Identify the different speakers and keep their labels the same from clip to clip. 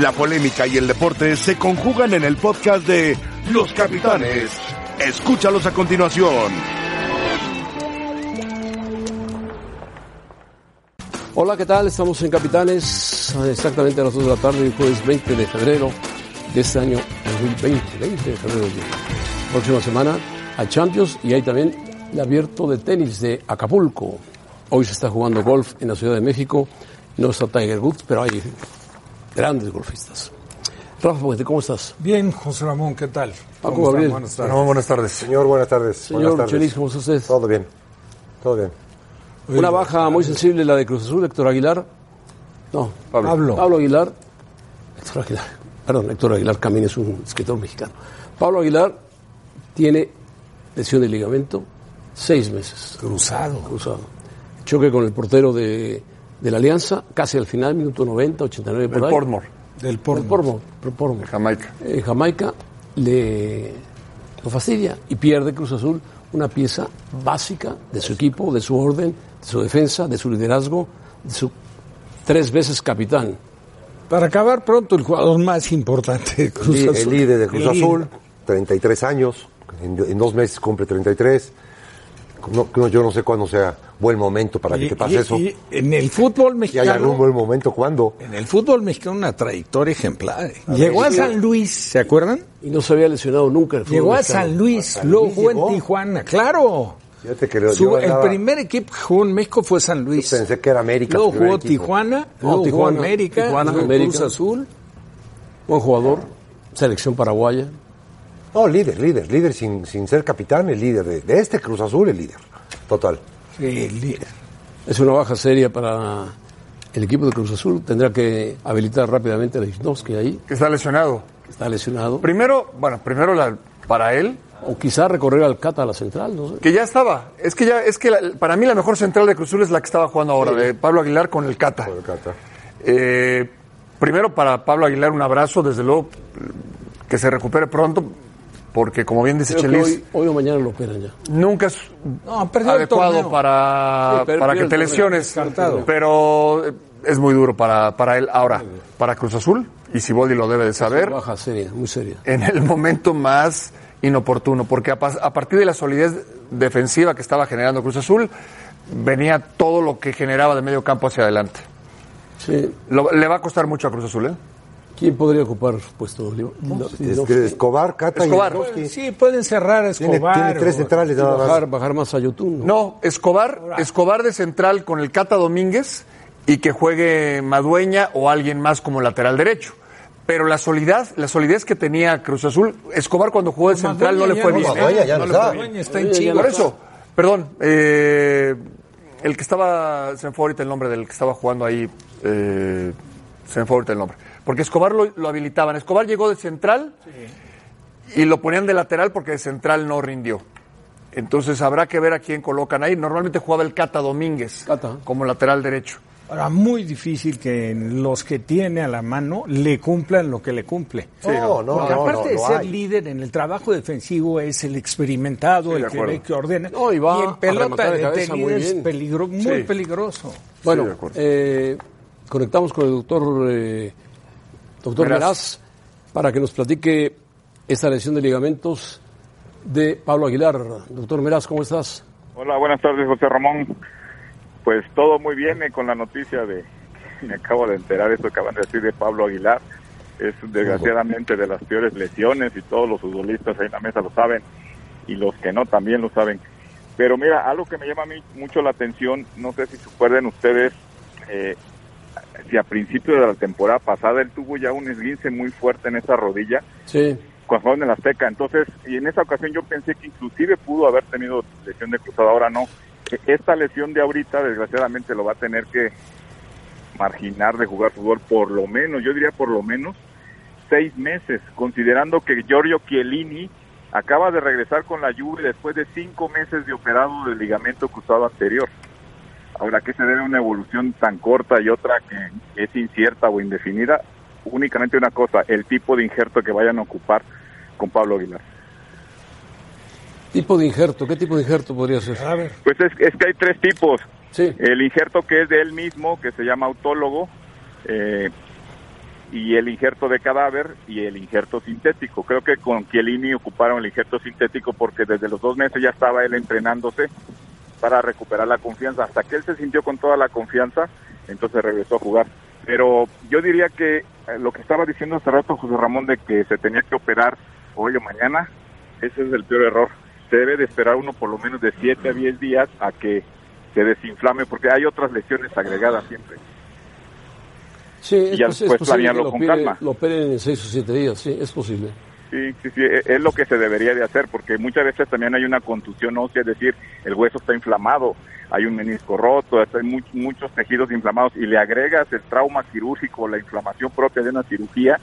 Speaker 1: La polémica y el deporte se conjugan en el podcast de Los Capitanes. Escúchalos a continuación.
Speaker 2: Hola, ¿qué tal? Estamos en Capitanes, exactamente a las 2 de la tarde, el jueves 20 de febrero de este año 2020, 20 de febrero. Próxima semana a Champions y hay también el abierto de tenis de Acapulco. Hoy se está jugando golf en la Ciudad de México. No está Tiger Woods, pero hay grandes golfistas. Rafa Puente, ¿cómo estás?
Speaker 3: Bien, José Ramón, ¿qué tal?
Speaker 2: Paco
Speaker 3: ¿Cómo están?
Speaker 2: Gabriel.
Speaker 3: Buenas tardes.
Speaker 4: Ramón, buenas tardes. Señor, buenas tardes.
Speaker 2: Señor Chelis, ¿cómo está usted?
Speaker 4: Todo bien. Todo bien.
Speaker 2: Una baja muy sensible, la de Cruz Azul, Héctor Aguilar. No,
Speaker 3: Pablo.
Speaker 2: Pablo. Pablo Aguilar. Héctor Aguilar. Perdón, Héctor Aguilar Camín es un escritor mexicano. Pablo Aguilar tiene lesión de ligamento seis meses.
Speaker 3: Cruzado.
Speaker 2: Cruzado. Choque con el portero de, de la Alianza, casi al final, minuto 90, 89 por
Speaker 5: El
Speaker 2: ahí.
Speaker 5: Portmore.
Speaker 3: Del
Speaker 2: Por
Speaker 3: porno.
Speaker 2: Portmore, por Portmore.
Speaker 5: Jamaica.
Speaker 2: Eh, Jamaica le lo fastidia y pierde Cruz Azul una pieza básica de su equipo, de su orden, de su defensa, de su liderazgo, de su tres veces capitán.
Speaker 3: Para acabar pronto, el jugador más importante de Cruz Azul.
Speaker 4: El líder de Cruz
Speaker 3: El líder.
Speaker 4: Azul, 33 años. En, en dos meses cumple 33. No- no, yo no sé cuándo sea buen momento para
Speaker 3: Y-
Speaker 4: que te
Speaker 3: y-
Speaker 4: pase eso.
Speaker 3: y en el fútbol
Speaker 4: Si hay algún
Speaker 3: mexicano.
Speaker 4: buen momento, ¿cuándo?
Speaker 3: En el fútbol mexicano una trayectoria ejemplar. ¿eh? Llegó a San Luis, ¿se acuerdan?
Speaker 2: Y no se había lesionado nunca el fútbol
Speaker 3: Llegó a
Speaker 2: mexicano.
Speaker 3: San Luis,
Speaker 4: San
Speaker 3: luego
Speaker 4: Luis
Speaker 3: jugó
Speaker 4: llegó.
Speaker 3: en Tijuana, claro.
Speaker 4: Fíjate Este que yo
Speaker 3: Su-
Speaker 4: andaba-
Speaker 3: El primer equipo que jugó en México fue San Luis.
Speaker 4: pensé que era América.
Speaker 3: Luego
Speaker 4: su primer
Speaker 3: jugó
Speaker 4: equipo.
Speaker 3: Tijuana,
Speaker 2: No,
Speaker 3: luego jugó
Speaker 2: Tijuana,
Speaker 3: América,
Speaker 2: Tijuana,
Speaker 3: luego
Speaker 2: América.
Speaker 3: Cruz Azul.
Speaker 2: Buen jugador, selección paraguaya.
Speaker 4: No, líder, líder, líder sin, sin ser capitán, el líder de, de este Cruz Azul, el líder. Total.
Speaker 3: Sí, líder.
Speaker 2: Es una baja seria para el equipo de Cruz Azul. Tendrá que habilitar rápidamente a Lichnowsky ahí,
Speaker 5: Está lesionado.
Speaker 2: que está lesionado.
Speaker 5: Primero, bueno, primero la- para él,
Speaker 2: O quizá recorrer al Cata a la central, no sé.
Speaker 5: que ya estaba. Es que ya, es que la- para mí la mejor central de Cruz Azul es la que estaba jugando ahora, de Pablo Aguilar con el Cata.
Speaker 4: Por el Cata.
Speaker 5: Eh, primero para Pablo Aguilar un abrazo, desde luego que se recupere pronto, porque como bien dice
Speaker 2: Creo que
Speaker 5: Chelis,
Speaker 2: hoy, hoy o mañana lo operan ya.
Speaker 5: nunca es
Speaker 3: No, perdió el
Speaker 5: adecuado
Speaker 3: torneo.
Speaker 5: para,
Speaker 2: Sí, perdió
Speaker 5: para que
Speaker 2: el
Speaker 5: te
Speaker 2: torneo,
Speaker 5: lesiones.
Speaker 3: descartado.
Speaker 5: Pero eh, es muy duro para, para él ahora, para Cruz Azul, y Siboldi lo debe de saber.
Speaker 2: Baja seria, muy seria.
Speaker 5: en el momento más inoportuno, porque a, pas- a partir de la solidez defensiva que estaba generando Cruz Azul, venía todo lo que generaba de medio campo hacia adelante.
Speaker 2: Sí.
Speaker 5: Lo- le va a costar mucho a Cruz Azul, ¿eh?
Speaker 2: ¿Quién podría ocupar su puesto? Leo?
Speaker 4: Es
Speaker 2: Leo-
Speaker 4: que Este, Escobar, Cata
Speaker 5: Escobar.
Speaker 4: y Lewandowski.
Speaker 3: Sí, pueden cerrar a
Speaker 4: Tiene,
Speaker 3: Escobar.
Speaker 4: tiene tres
Speaker 3: o-
Speaker 4: centrales nada más.
Speaker 2: bajar, bajar más a YouTube. ¿no?
Speaker 5: No, Escobar, Escobar de central con el Cata Domínguez y que juegue Madueña o alguien más como lateral derecho. Pero la solidez, la solidez que tenía Cruz Azul, Escobar cuando jugó de central no le
Speaker 3: Pues Madueña
Speaker 5: fue
Speaker 3: ya
Speaker 5: bien.
Speaker 3: no
Speaker 5: ¿eh?
Speaker 4: Madueña ya no
Speaker 5: le fue
Speaker 4: está.
Speaker 5: bien.
Speaker 3: Dueña está en
Speaker 2: Oye, ya
Speaker 3: Chivas.
Speaker 5: Por eso, perdón, eh, el que estaba, se me fue ahorita el nombre del que estaba jugando ahí, eh, se me fue ahorita el nombre. Porque Escobar lo, lo habilitaban. Escobar llegó de central y lo ponían de lateral porque de central no rindió. Entonces habrá que ver a quién colocan ahí. Normalmente jugaba el Cata Domínguez
Speaker 2: Cata.
Speaker 5: como lateral derecho.
Speaker 3: Ahora, muy difícil que los que tiene a la mano le cumplan lo que le cumple.
Speaker 4: No, no, no.
Speaker 3: Porque aparte
Speaker 4: no,
Speaker 3: de
Speaker 4: no
Speaker 3: ser
Speaker 4: hay.
Speaker 3: líder en el trabajo defensivo, es el experimentado,
Speaker 5: de
Speaker 3: el que
Speaker 5: acuerdo.
Speaker 3: ve que ordena.
Speaker 2: No, y va
Speaker 3: en
Speaker 2: a rematar de
Speaker 3: pelota de
Speaker 2: cabeza muy
Speaker 3: detenida es
Speaker 2: bien.
Speaker 3: peligro- muy
Speaker 5: Sí.
Speaker 3: peligroso.
Speaker 2: Bueno,
Speaker 5: Sí, de acuerdo.
Speaker 2: eh, conectamos con el doctor, eh, doctor
Speaker 5: Meraz.
Speaker 2: Meraz para que nos platique esta lesión de ligamentos de Pablo Aguilar. Doctor Meraz, ¿cómo estás?
Speaker 6: Hola, buenas tardes, José Ramón. Pues todo muy bien eh, con la noticia de, me acabo de enterar esto que acaban de decir de Pablo Aguilar. Es desgraciadamente de las peores lesiones y todos los futbolistas ahí en la mesa lo saben y los que no también lo saben. Pero mira, algo que me llama a mí mucho la atención, no sé si se acuerdan ustedes, eh, si a principio de la temporada pasada él tuvo ya un esguince muy fuerte en esa rodilla
Speaker 2: Sí.
Speaker 6: cuando jugaba en el Azteca. Entonces, y en esa ocasión yo pensé que inclusive pudo haber tenido lesión de cruzado, ahora no. E- Esta lesión de ahorita, desgraciadamente, lo va a tener que marginar de jugar fútbol por lo menos, yo diría por lo menos seis meses, considerando que Giorgio Chiellini acaba de regresar con la Juve después de cinco meses de operado del ligamento cruzado anterior. Ahora, ¿a ¿qué se debe una evolución tan corta y otra que es incierta o indefinida? Únicamente una cosa, el tipo de injerto que vayan a ocupar con Pablo Aguilar.
Speaker 2: ¿Tipo de injerto? ¿Qué tipo de injerto podría ser?
Speaker 3: A ver,
Speaker 6: Pues es, es que hay tres tipos.
Speaker 2: Sí.
Speaker 6: El injerto que es de él mismo, que se llama autólogo, eh, y el injerto de cadáver y el injerto sintético. Creo que con Chiellini ocuparon el injerto sintético porque desde los dos meses ya estaba él entrenándose para recuperar la confianza. Hasta que él se sintió con toda la confianza, entonces regresó a jugar. Pero yo diría que eh, lo que estaba diciendo hace rato José Ramón de que se tenía que operar hoy o mañana, ese es el peor error. Se debe de esperar uno por lo menos de 7 a 10 días a que se desinflame, porque hay otras lesiones agregadas siempre.
Speaker 2: Sí, es,
Speaker 6: ya
Speaker 2: pos- es
Speaker 6: después
Speaker 2: posible que
Speaker 6: planearlo
Speaker 2: lo,
Speaker 6: con
Speaker 2: opere-
Speaker 6: calma.
Speaker 2: lo operen en seis o siete días, sí, es posible.
Speaker 6: Sí, sí, sí, e- es lo que se debería de hacer, porque muchas veces también hay una contusión ósea, es decir, el hueso está inflamado, hay un menisco roto, hay mu- muchos tejidos inflamados, y le agregas el trauma quirúrgico, la inflamación propia de una cirugía,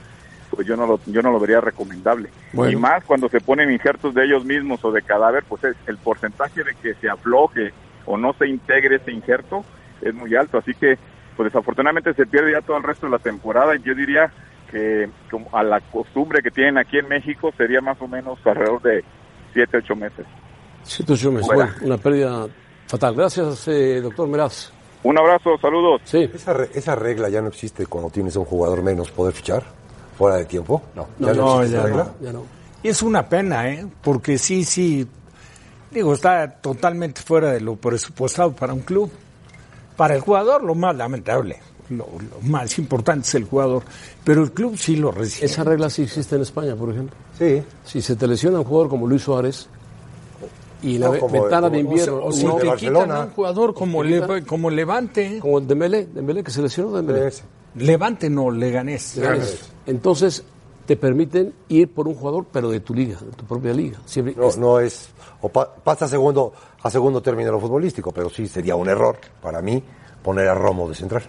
Speaker 6: pues yo no lo, yo no lo vería recomendable.
Speaker 2: Bueno.
Speaker 6: Y más cuando se ponen injertos de ellos mismos o de cadáver, pues es- el porcentaje de que se afloje o no se integre ese injerto es muy alto, así que pues desafortunadamente se pierde ya todo el resto de la temporada y yo diría que como a la costumbre que tienen aquí en México sería más o menos alrededor de 7, 8 meses.
Speaker 2: Siete ocho meses,
Speaker 6: Fuera.
Speaker 2: bueno, una pérdida fatal. Gracias, eh, doctor Meraz.
Speaker 6: Un abrazo, saludos.
Speaker 2: Sí,
Speaker 4: ¿Esa, re- esa regla ya no existe cuando tienes a un jugador menos poder fichar fuera de tiempo? No. ¿Ya no,
Speaker 3: No,
Speaker 4: existe
Speaker 3: ya
Speaker 4: esa regla?
Speaker 3: no.
Speaker 2: ya no.
Speaker 3: Y es una pena, ¿eh? Porque sí, sí, digo, está totalmente fuera de lo presupuestado para un club. Para el jugador, lo más lamentable, lo, lo más importante es el jugador, pero el club sí lo recibe.
Speaker 2: Esa regla sí existe en España, por ejemplo.
Speaker 4: Sí.
Speaker 2: Si se te lesiona un jugador como Luis Suárez y en la
Speaker 4: No,
Speaker 2: ve-
Speaker 4: como-
Speaker 2: ventana de
Speaker 4: como-
Speaker 2: invierno,
Speaker 4: o
Speaker 3: O
Speaker 4: Uno
Speaker 3: si
Speaker 4: de
Speaker 2: no,
Speaker 3: te quitan
Speaker 4: Barcelona.
Speaker 3: a un jugador como, Le- como Levante,
Speaker 2: como el Dembélé, Dembélé que se lesionó Dembélé.
Speaker 4: Es-
Speaker 3: Levante no, Leganés.
Speaker 2: Entonces te permiten ir por un jugador, pero de tu liga, de tu propia liga. Siempre
Speaker 4: No,
Speaker 2: es-
Speaker 4: no es. O pa- pasa a segundo, a segundo término lo futbolístico, pero sí sería un error para mí poner a Romo de central.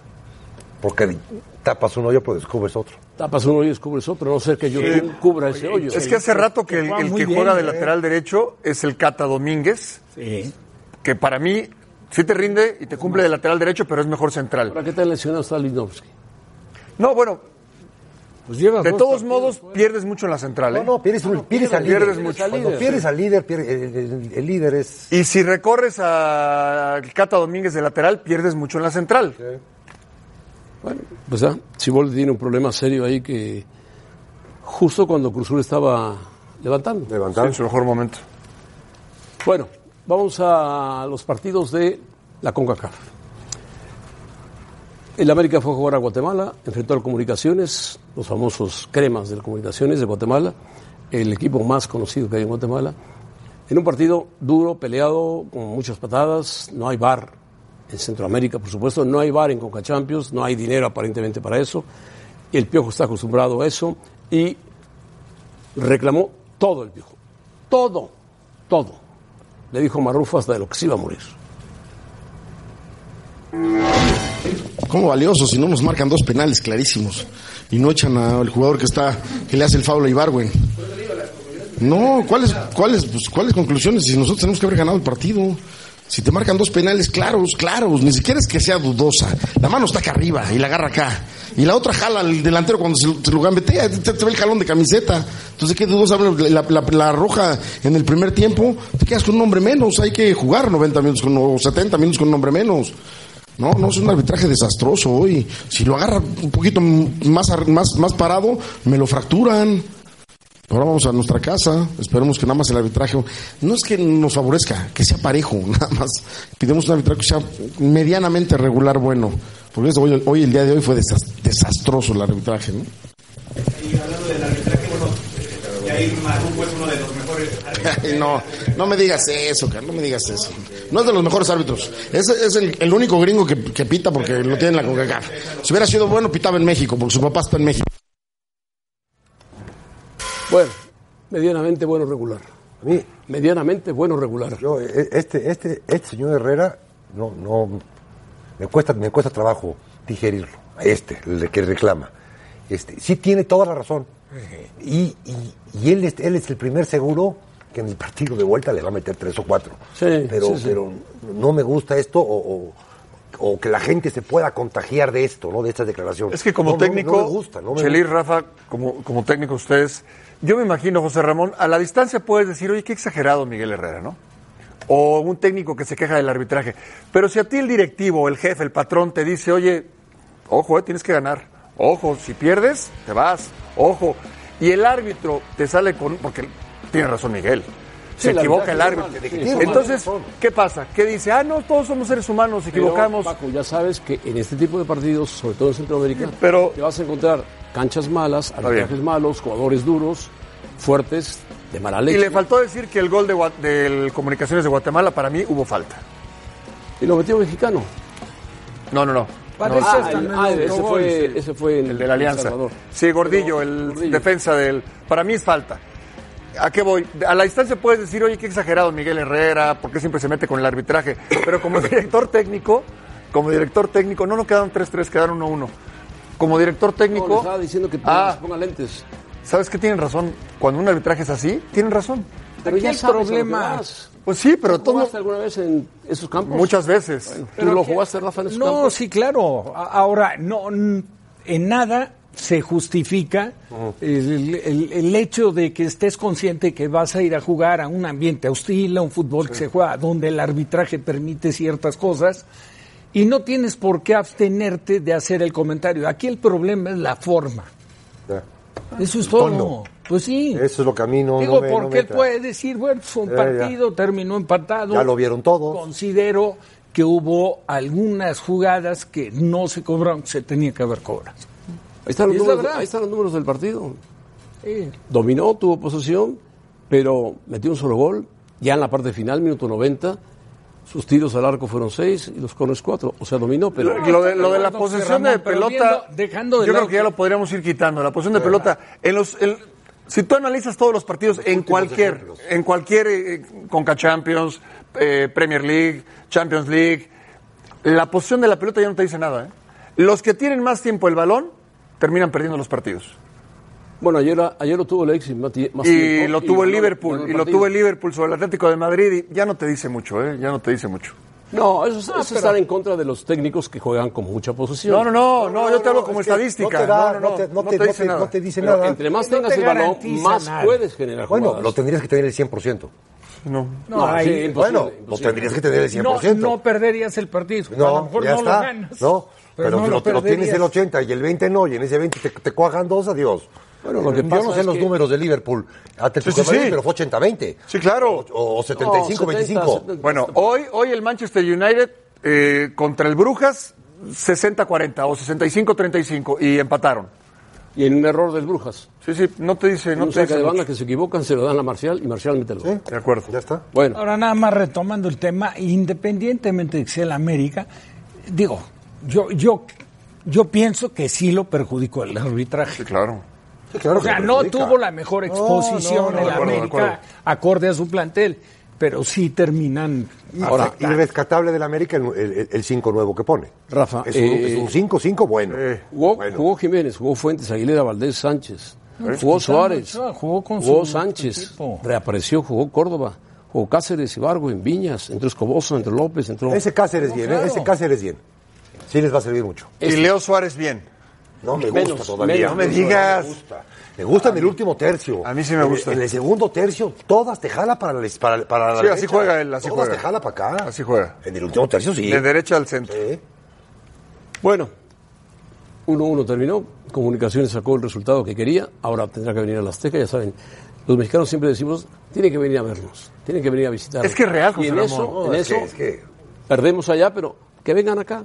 Speaker 4: Porque tapas un hoyo, pero descubres otro.
Speaker 2: tapas un hoyo y descubres otro, a no ser que yo cubra ese hoyo.
Speaker 5: Es que hace rato que el,
Speaker 3: Juega
Speaker 5: el
Speaker 3: muy
Speaker 5: que
Speaker 3: bien,
Speaker 5: juega de
Speaker 3: eh.
Speaker 5: lateral derecho es el Cata Domínguez,
Speaker 3: Sí.
Speaker 5: que para mí sí te rinde y te cumple de lateral derecho, pero es mejor
Speaker 2: ¿Para
Speaker 5: central.
Speaker 2: qué te lesionado está Lindowski?
Speaker 5: No, bueno,
Speaker 3: Pues llevas
Speaker 5: de
Speaker 3: dos
Speaker 5: todos
Speaker 3: partidos.
Speaker 5: modos pierdes mucho en la central, ¿eh?
Speaker 4: No, no, pierdes, un- pierdes al líder.
Speaker 5: pierdes mucho.
Speaker 4: Cuando
Speaker 2: Al líder.
Speaker 4: pierdes al líder, pier- el, el- el líder es.
Speaker 5: Y si recorres al Cata Domínguez de lateral, pierdes mucho en la central.
Speaker 2: Bueno, pues ah, Siboldi tiene un problema serio ahí que justo cuando Cruzul estaba levantando.
Speaker 5: Sí,
Speaker 4: Levantar.
Speaker 5: en su mejor momento.
Speaker 2: Bueno, vamos a los partidos de la CONCACAF. El América fue a jugar a Guatemala, enfrentó al Comunicaciones, los famosos cremas del Comunicaciones de Guatemala, el equipo más conocido que hay en Guatemala, en un partido duro, peleado, con muchas patadas, no hay bar en Centroamérica, por supuesto, no hay bar en CONCACHAMPIONS, no hay dinero aparentemente para eso, y el Piojo está acostumbrado a eso, y reclamó todo el Piojo, todo, todo. Le dijo Marrufo hasta de lo que se iba a morir.
Speaker 7: ¿Cómo valioso si no nos marcan dos penales clarísimos? Y no echan al jugador que está, que le hace el foul a Ibarwen. No, ¿cuáles, cuáles, pues, ¿cuáles conclusiones? Si nosotros tenemos que haber ganado el partido. Si te marcan dos penales claros, claros, ni siquiera es que sea dudosa. La mano está acá arriba y la agarra acá. Y la otra jala al delantero cuando se, lo- se lo gambetea, te, te ve el jalón de camiseta. Entonces, ¿qué dudosa? La, la- la roja en el primer tiempo, te quedas con un hombre menos. Hay que jugar 90 minutos con, o 70 minutos con un hombre menos. No, no es un arbitraje desastroso hoy. Si lo agarra un poquito más, ar- más, más parado, me lo fracturan. Ahora vamos a nuestra casa, esperemos que nada más el arbitraje, no es que nos favorezca, que sea parejo, nada más. Pidemos un arbitraje que sea medianamente regular, bueno. Porque eso hoy, hoy, el día de hoy fue desas- desastroso el arbitraje, ¿no? Ay, no, no me digas eso, cara, no me digas eso. No es de los mejores árbitros. Es, es el, el único gringo que, que pita porque lo tiene en la CONCACAF. Si hubiera sido bueno, pitaba en México, porque su papá está en México.
Speaker 2: Bueno, medianamente bueno regular.
Speaker 4: A mí,
Speaker 2: Medianamente bueno regular.
Speaker 4: yo, eh, este, este, este señor Herrera, no, no. Me cuesta, me cuesta trabajo digerirlo. A Este, el que reclama. Este, sí tiene toda la razón. Y, y- y él, es, él es el primer seguro que en el partido de vuelta le va a meter tres o cuatro.
Speaker 2: Sí,
Speaker 4: pero,
Speaker 2: sí, sí.
Speaker 4: pero no me gusta esto o, o- o que la gente se pueda contagiar de esto, ¿no? De esta declaración.
Speaker 5: Es que como
Speaker 4: No, no, no
Speaker 5: técnico,
Speaker 4: me gusta, no me
Speaker 5: Chelis,
Speaker 4: gusta.
Speaker 5: Rafa, como, como técnico ustedes, yo me imagino, José Ramón, a la distancia puedes decir, oye, qué exagerado Miguel Herrera, ¿no? O un técnico que se queja del arbitraje. Pero si a ti el directivo, el jefe, el patrón te dice, oye, ojo, eh, tienes que ganar. Ojo, si pierdes, te vas. Ojo. Y el árbitro te sale con. Porque tiene razón Miguel. Se
Speaker 2: el
Speaker 5: equivoca el
Speaker 2: arbitraje
Speaker 5: árbitro.
Speaker 2: es humano, sí,
Speaker 5: Entonces, ¿qué pasa? ¿Qué dice? Ah, no, todos somos seres humanos, nos
Speaker 2: Pero,
Speaker 5: equivocamos.
Speaker 2: Paco, ya sabes que en este tipo de partidos, sobre todo en Centroamérica,
Speaker 5: Pero-
Speaker 2: te vas a encontrar canchas malas,
Speaker 5: bien.
Speaker 2: arbitrajes malos, jugadores duros, fuertes, de mala
Speaker 5: Y
Speaker 2: leche.
Speaker 5: le faltó decir que el gol de, Gua- del Comunicaciones de Guatemala para mí hubo falta.
Speaker 2: Y lo metió mexicano.
Speaker 5: No, no, no.
Speaker 3: Parece
Speaker 5: No,
Speaker 2: Ah,
Speaker 3: hasta
Speaker 2: el-
Speaker 3: me
Speaker 2: ah,
Speaker 3: lo
Speaker 2: ese,
Speaker 3: robó, este.
Speaker 2: fue,
Speaker 3: dice.
Speaker 2: ese fue en
Speaker 5: El de la
Speaker 2: El
Speaker 5: Alianza.
Speaker 2: Salvador.
Speaker 5: Sí, Gordillo, el
Speaker 2: Gordillo.
Speaker 5: defensa del. Para mí es falta. ¿A qué voy? A la distancia puedes decir, oye, qué exagerado Miguel Herrera, porque siempre se mete con el arbitraje. Pero como director técnico, como director técnico, no, no quedaron 3-3, quedaron 1-1. Como director
Speaker 2: No,
Speaker 5: técnico.
Speaker 2: le estaba diciendo que
Speaker 5: Ah,
Speaker 2: ponga lentes.
Speaker 5: ¿sabes qué tienen razón? Cuando un arbitraje es así, tienen razón.
Speaker 2: Pero
Speaker 3: Aquí
Speaker 2: ya
Speaker 3: el
Speaker 2: sabes a lo que
Speaker 3: problema-
Speaker 2: vas.
Speaker 5: Pues sí, pero
Speaker 2: ¿Tú
Speaker 5: todo.
Speaker 2: jugaste alguna vez en esos campos?
Speaker 5: Muchas veces.
Speaker 2: ¿Tú lo
Speaker 3: que-
Speaker 2: jugaste, Rafa, en esos
Speaker 3: No,
Speaker 2: campos?
Speaker 3: sí, claro. A- Ahora, no, n- en nada se justifica el, el- el hecho de que estés consciente que vas a ir a jugar a un ambiente hostil, a un fútbol que se juega, donde el arbitraje permite ciertas cosas, y no tienes por qué abstenerte de hacer el comentario. Aquí el problema es la forma.
Speaker 4: Ya.
Speaker 3: Eso es todo.
Speaker 4: Tono.
Speaker 3: Pues sí.
Speaker 4: Eso es lo que a mí no.
Speaker 3: Digo,
Speaker 4: no me- no
Speaker 3: porque
Speaker 4: me
Speaker 3: él
Speaker 4: entra.
Speaker 3: puede decir, bueno, fue un
Speaker 4: Ya,
Speaker 3: partido, terminó empatado.
Speaker 4: Ya lo vieron todos.
Speaker 3: Considero que hubo algunas jugadas que no se cobraron, que se tenía que haber cobrado.
Speaker 2: Ahí están, los
Speaker 3: Y es la
Speaker 2: números,
Speaker 3: verdad.
Speaker 2: ahí están los números del partido. Dominó, tuvo posesión, pero metió un solo gol. Ya en la parte final, minuto 90, sus tiros al arco fueron seis y los corners cuatro. O sea, dominó, pero...
Speaker 5: Lo de, lo de la
Speaker 3: Perdón,
Speaker 5: posesión
Speaker 3: Ramón,
Speaker 5: de
Speaker 3: pero
Speaker 5: pelota,
Speaker 3: viendo- dejando de
Speaker 5: yo creo
Speaker 3: lado
Speaker 5: que ya
Speaker 3: que-
Speaker 5: lo podríamos ir quitando. La posesión de pelota, en los, en- si tú analizas todos los partidos en cualquier, en cualquier eh, Conca Champions, eh, Premier League, Champions League, la posición de la pelota ya no te dice nada. ¿eh? Los que tienen más tiempo el balón terminan perdiendo los partidos.
Speaker 2: Bueno, ayer, ayer lo tuvo el Leipzig más tie- más
Speaker 5: Y
Speaker 2: tiempo,
Speaker 5: lo tuvo el
Speaker 2: ganó-
Speaker 5: Liverpool,
Speaker 2: ganó
Speaker 5: y lo
Speaker 2: partido.
Speaker 5: tuvo el Liverpool sobre el Atlético de Madrid, y ya no te dice mucho, ¿eh? ya no te dice mucho.
Speaker 2: No, eso, es-
Speaker 4: Ah,
Speaker 2: eso es estar en contra de los técnicos que juegan con mucha posesión.
Speaker 5: No, no, no, no, yo te hablo como
Speaker 4: es que No
Speaker 5: estadística.
Speaker 4: te, da,
Speaker 5: no,
Speaker 4: no, te, no, te, no te- no te dice
Speaker 2: Pero
Speaker 4: nada.
Speaker 2: entre más
Speaker 3: No
Speaker 2: tengas
Speaker 3: te
Speaker 2: el balón,
Speaker 3: garantiza
Speaker 2: más
Speaker 3: nada.
Speaker 2: puedes generar
Speaker 4: Bueno,
Speaker 2: jugadas.
Speaker 4: lo tendrías que tener el 100%.
Speaker 5: No.
Speaker 3: No,
Speaker 2: No,
Speaker 3: ahí-
Speaker 2: sí, imposible,
Speaker 4: bueno, lo
Speaker 2: imposible.
Speaker 4: tendrías que tener el
Speaker 3: no,
Speaker 4: 100%.
Speaker 3: no perderías el partido. a lo
Speaker 4: No,
Speaker 3: mejor
Speaker 4: ya
Speaker 3: no
Speaker 4: está.
Speaker 3: lo ganas.
Speaker 4: no, pero,
Speaker 3: no
Speaker 4: si lo, lo
Speaker 3: perderías.
Speaker 4: tienes el 80 y el 20 no, y en ese 20 te, te cuajan dos, adiós.
Speaker 2: Bueno, lo que pasa
Speaker 4: Yo no sé
Speaker 2: es
Speaker 4: los
Speaker 2: que-
Speaker 4: números de Liverpool, Atlético
Speaker 5: Sí, sí,
Speaker 4: de Madrid,
Speaker 5: sí.
Speaker 4: pero fue 80-20.
Speaker 5: Sí, claro.
Speaker 4: O, o
Speaker 2: No,
Speaker 4: 75-25.
Speaker 2: 70,
Speaker 5: Bueno, hoy, hoy el Manchester United eh, contra el Brujas 60-40 o 65-35 y empataron.
Speaker 2: Y en un error del Brujas.
Speaker 5: Sí, sí, no te dice, no
Speaker 2: un
Speaker 5: te
Speaker 2: saque
Speaker 5: dice.
Speaker 2: de banda
Speaker 5: mucho.
Speaker 2: que se equivocan, se lo dan a Marcial y Marcial mete el gol.
Speaker 5: De acuerdo.
Speaker 4: ya está.
Speaker 2: Bueno,
Speaker 3: Ahora nada más retomando el tema, independientemente de que sea el América, digo, yo, yo, yo pienso que sí lo perjudicó el arbitraje.
Speaker 5: Sí, claro.
Speaker 4: Sí, claro
Speaker 3: O sea,
Speaker 4: que
Speaker 3: no
Speaker 4: perjudica.
Speaker 3: tuvo la mejor exposición
Speaker 4: no, no,
Speaker 3: en
Speaker 5: de acuerdo, de
Speaker 3: América
Speaker 5: acuerdo.
Speaker 3: acorde a su plantel, pero sí terminan.
Speaker 4: Y-
Speaker 2: Ahora-
Speaker 4: y rescatable del América el- el el 5 nuevo que pone.
Speaker 2: Rafa,
Speaker 4: Es un-
Speaker 2: eh,
Speaker 4: es un 5-5 bueno.
Speaker 2: jugó,
Speaker 4: Eh, Bueno.
Speaker 2: jugó Jiménez, jugó Fuentes, Aguilera, Valdés, Sánchez. Jugó Suárez,
Speaker 3: Ochoa jugó con
Speaker 2: jugó
Speaker 3: su
Speaker 2: Sánchez,
Speaker 3: equipo.
Speaker 2: reapareció, jugó Córdoba, jugó Cáceres, Ibargüen, Viñas, entró Escoboso, entró López, entró...
Speaker 4: Ese Cáceres bien, ¿eh?
Speaker 3: claro.
Speaker 4: ese Cáceres bien. Sí les va a servir mucho.
Speaker 5: Y Leo Suárez bien.
Speaker 4: No me
Speaker 2: Este. Menos,
Speaker 4: gusta todavía.
Speaker 2: menos.
Speaker 5: No me digas.
Speaker 4: Me gusta. Me gusta en el último tercio.
Speaker 5: a mí sí me gusta.
Speaker 4: En, en el segundo tercio, todas te jala para la para, para la
Speaker 5: Sí, así
Speaker 4: derecha.
Speaker 5: juega él, así
Speaker 4: todas
Speaker 5: juega.
Speaker 4: te jala para acá.
Speaker 5: Así juega.
Speaker 4: En el último tercio sí.
Speaker 5: De derecha al centro.
Speaker 4: Sí.
Speaker 2: Bueno, 1-1 terminó, Comunicaciones sacó el resultado que quería, ahora tendrá que venir a la Azteca, ya saben, los mexicanos siempre decimos, tienen que venir a vernos, tienen que venir a visitarnos.
Speaker 5: Es que es real, José
Speaker 2: Y en
Speaker 5: Ramón.
Speaker 2: eso,
Speaker 4: No,
Speaker 2: en
Speaker 4: es
Speaker 2: eso
Speaker 4: que- es que-
Speaker 2: perdemos allá, pero que vengan acá.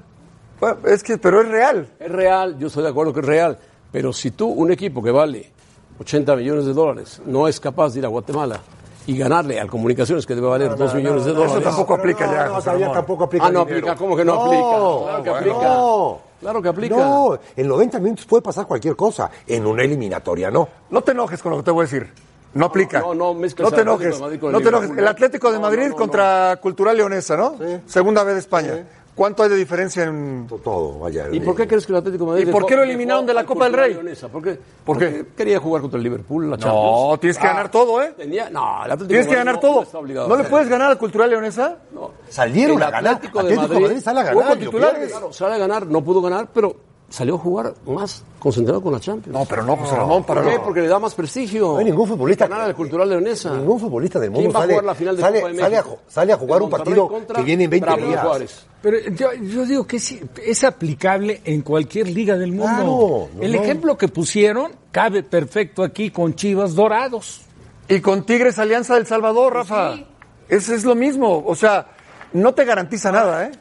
Speaker 5: Bueno, es que, pero es real.
Speaker 2: Es real, yo estoy de acuerdo que es real, pero si tú, un equipo que vale 80 millones de dólares, no es capaz de ir a Guatemala y ganarle al Comunicaciones, que debe valer 2 millones de dólares,
Speaker 5: Eso tampoco
Speaker 4: Pero
Speaker 5: aplica
Speaker 4: no,
Speaker 5: ya,
Speaker 4: no,
Speaker 5: José
Speaker 4: todavía
Speaker 5: Ramón.
Speaker 4: tampoco aplica.
Speaker 2: Ah, no
Speaker 4: el dinero.
Speaker 2: aplica, ¿cómo que no aplica? Claro que aplica.
Speaker 4: No.
Speaker 2: Claro que aplica.
Speaker 4: No, en 90 minutos puede pasar cualquier cosa. En una eliminatoria no.
Speaker 5: No te enojes con lo que te voy a decir. No aplica.
Speaker 2: no, no mezcles
Speaker 5: No te
Speaker 2: al Atlético de
Speaker 5: enojes.
Speaker 2: Madrid con el
Speaker 5: no te
Speaker 2: Liverpool,
Speaker 5: enojes.
Speaker 2: ¿no?
Speaker 5: El Atlético de
Speaker 2: No,
Speaker 5: Madrid
Speaker 2: no, no,
Speaker 5: contra Cultural Leonesa, ¿no? Segunda vez de España. ¿Cuánto hay de diferencia en
Speaker 4: Todo, vaya. eh.
Speaker 2: ¿Y por qué crees que el Atlético de Madrid
Speaker 5: ¿Y por
Speaker 2: dejó-
Speaker 5: qué lo eliminaron
Speaker 2: dejó
Speaker 5: de la
Speaker 2: al
Speaker 5: Copa del
Speaker 2: Cultural
Speaker 5: Rey?
Speaker 2: Leonesa? ¿Por qué?
Speaker 5: ¿Por qué?
Speaker 2: Porque quería jugar contra el Liverpool, la Champions. Ah,
Speaker 5: No, tienes que ganar todo, ¿eh?
Speaker 2: Tenía, no, el Atlético
Speaker 5: Tienes
Speaker 2: de Madrid
Speaker 5: que ganar
Speaker 2: no-
Speaker 5: todo.
Speaker 2: No, está obligado.
Speaker 5: ¿No le puedes ganar al Cultural Leonesa?
Speaker 2: No.
Speaker 4: Salieron a ganar. Atlético de Madrid sale a ganar,
Speaker 2: jugó con
Speaker 4: y lo
Speaker 2: titulares.
Speaker 4: pierdes.
Speaker 2: Claro, sale a ganar, no pudo ganar, pero salió a jugar más concentrado con la Champions.
Speaker 5: No, pero no, José Ramón, para
Speaker 2: ¿Por qué?
Speaker 5: no.
Speaker 2: Porque le da más prestigio.
Speaker 4: No hay ningún futbolista.
Speaker 2: Ganar al Cultural Leonesa.
Speaker 4: Ningún futbolista del mundo
Speaker 2: ¿Quién va
Speaker 4: sale,
Speaker 2: a jugar la final de
Speaker 4: sale-
Speaker 2: Copa de
Speaker 4: sale a
Speaker 2: México?
Speaker 4: ju- sale a jugar
Speaker 2: De
Speaker 4: un
Speaker 2: Monterrey
Speaker 4: partido
Speaker 2: contra
Speaker 4: que viene en 20
Speaker 2: Bravos
Speaker 4: días.
Speaker 2: Juárez.
Speaker 3: Pero yo, yo digo que sí, es aplicable en cualquier liga del mundo.
Speaker 4: Claro, no,
Speaker 3: El
Speaker 4: no.
Speaker 3: ejemplo que pusieron cabe perfecto aquí con Chivas Dorados.
Speaker 5: Y con Tigres Alianza del Salvador, Rafa. Es, es lo mismo. O sea, no te garantiza nada, ¿eh?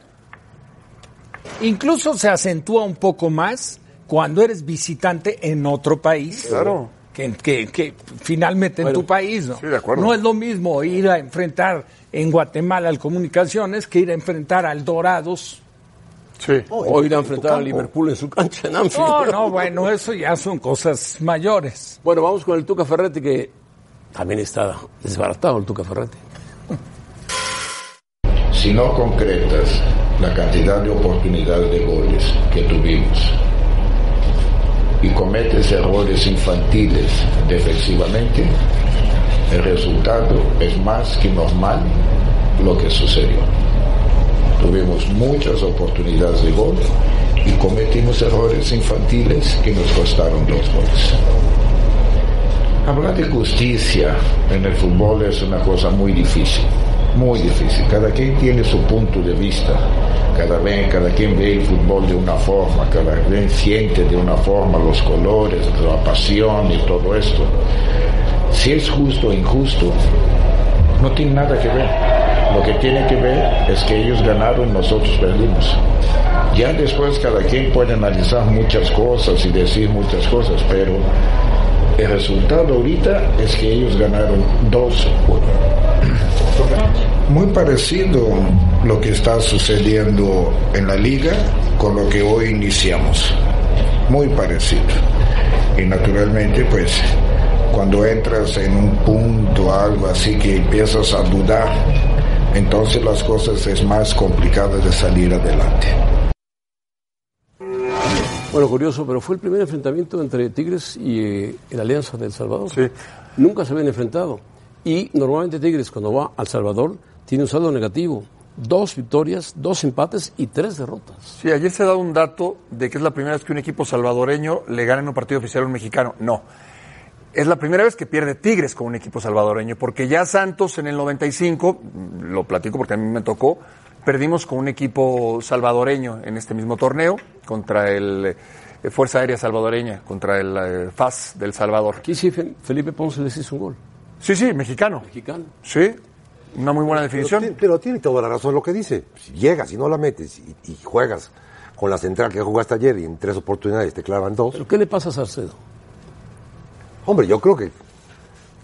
Speaker 3: Incluso se acentúa un poco más cuando eres visitante en otro país.
Speaker 5: Claro.
Speaker 3: Que, que- que finalmente en tu país, ¿no?
Speaker 5: sí, de acuerdo.
Speaker 3: No es lo mismo ir a enfrentar en Guatemala al Comunicaciones que ir a enfrentar al Dorados.
Speaker 5: Sí.
Speaker 4: Oh,
Speaker 2: O ir a enfrentar a Liverpool en su cancha en Anfield.
Speaker 3: No, no, bueno, eso ya son cosas mayores.
Speaker 2: Bueno, vamos con el Tuca Ferretti, que también está desbaratado el Tuca Ferretti.
Speaker 8: Si no concretas la cantidad de oportunidades de goles que tuvimos y cometes errores infantiles defensivamente, el resultado es más que normal lo que sucedió. Tuvimos muchas oportunidades de gol y cometimos errores infantiles que nos costaron dos goles. Hablar de justicia en el fútbol es una cosa muy difícil, muy difícil. Cada quien tiene su punto de vista, cada, ve- cada quien ve el fútbol de una forma, cada quien siente de una forma los colores, la pasión y todo esto. Si es justo o injusto, no tiene nada que ver. Lo que tiene que ver es que ellos ganaron, nosotros perdimos. Ya después cada quien puede analizar muchas cosas y decir muchas cosas, pero el resultado ahorita es que ellos ganaron 2-1. Muy parecido lo que está sucediendo en la liga con lo que hoy iniciamos. Muy parecido. Y naturalmente, pues, cuando entras en un punto, algo así que empiezas a dudar, entonces las cosas es más complicado de salir adelante.
Speaker 2: Bueno, curioso, pero fue el primer enfrentamiento entre Tigres y eh, el Alianza del Salvador.
Speaker 5: Sí.
Speaker 2: Nunca se habían enfrentado. Y normalmente Tigres, cuando va al Salvador, tiene un saldo negativo. Dos victorias, dos empates y tres derrotas.
Speaker 5: Sí, ayer se ha dado un dato de que es la primera vez que un equipo salvadoreño le gana en un partido oficial a un mexicano. No. Es la primera vez que pierde Tigres con un equipo salvadoreño, porque ya Santos en el 95, mm, lo platico porque a mí me tocó, perdimos con un equipo salvadoreño en este mismo torneo contra el eh, Fuerza Aérea Salvadoreña, contra el eh, FAS del Salvador.
Speaker 2: Aquí sí, Fe- Felipe Ponce les hizo un gol.
Speaker 5: Sí, sí, mexicano.
Speaker 2: Mexicano.
Speaker 5: Sí, una muy buena
Speaker 4: Pero,
Speaker 5: definición.
Speaker 4: ti- pero tiene toda la razón lo que dice. Si llegas y no la metes y, y juegas con la central que jugaste ayer y en tres oportunidades te clavan dos.
Speaker 2: ¿Pero qué le pasa a Salcedo?
Speaker 4: Hombre, yo creo que.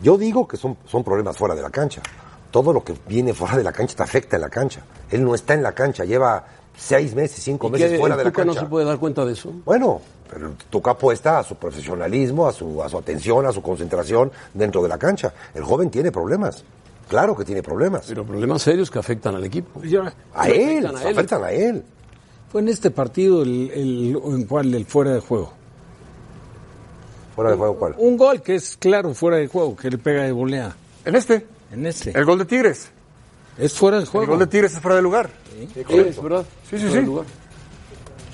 Speaker 4: Yo digo que son, son problemas fuera de la cancha. Todo lo que viene fuera de la cancha te afecta en la cancha. Él no está en la cancha, lleva seis meses, cinco
Speaker 2: ¿Y qué,
Speaker 4: meses fuera
Speaker 2: el
Speaker 4: de la
Speaker 2: Tuca no
Speaker 4: cancha.
Speaker 2: se puede dar cuenta de eso?
Speaker 4: Bueno, pero Tuca apuesta a su profesionalismo, a su, a su atención, a su concentración dentro de la cancha. El joven tiene problemas. Claro que tiene problemas.
Speaker 2: Pero problemas serios que afectan al
Speaker 5: Pues
Speaker 2: equipo.
Speaker 4: a
Speaker 2: le
Speaker 4: él,
Speaker 2: afectan a
Speaker 4: se
Speaker 2: él.
Speaker 4: afectan a él.
Speaker 3: Fue en este partido el, el- en cual el fuera de juego.
Speaker 4: Fuera de juego, ¿cuál?
Speaker 3: Un gol que es claro fuera de juego, que le pega de volea.
Speaker 5: En este,
Speaker 3: En este.
Speaker 5: el gol de Tigres.
Speaker 3: Es fuera de juego.
Speaker 5: El gol de Tigres es fuera de lugar.
Speaker 2: Sí, es verdad.
Speaker 5: Sí, sí,
Speaker 2: Fuera de
Speaker 5: sí.
Speaker 2: lugar.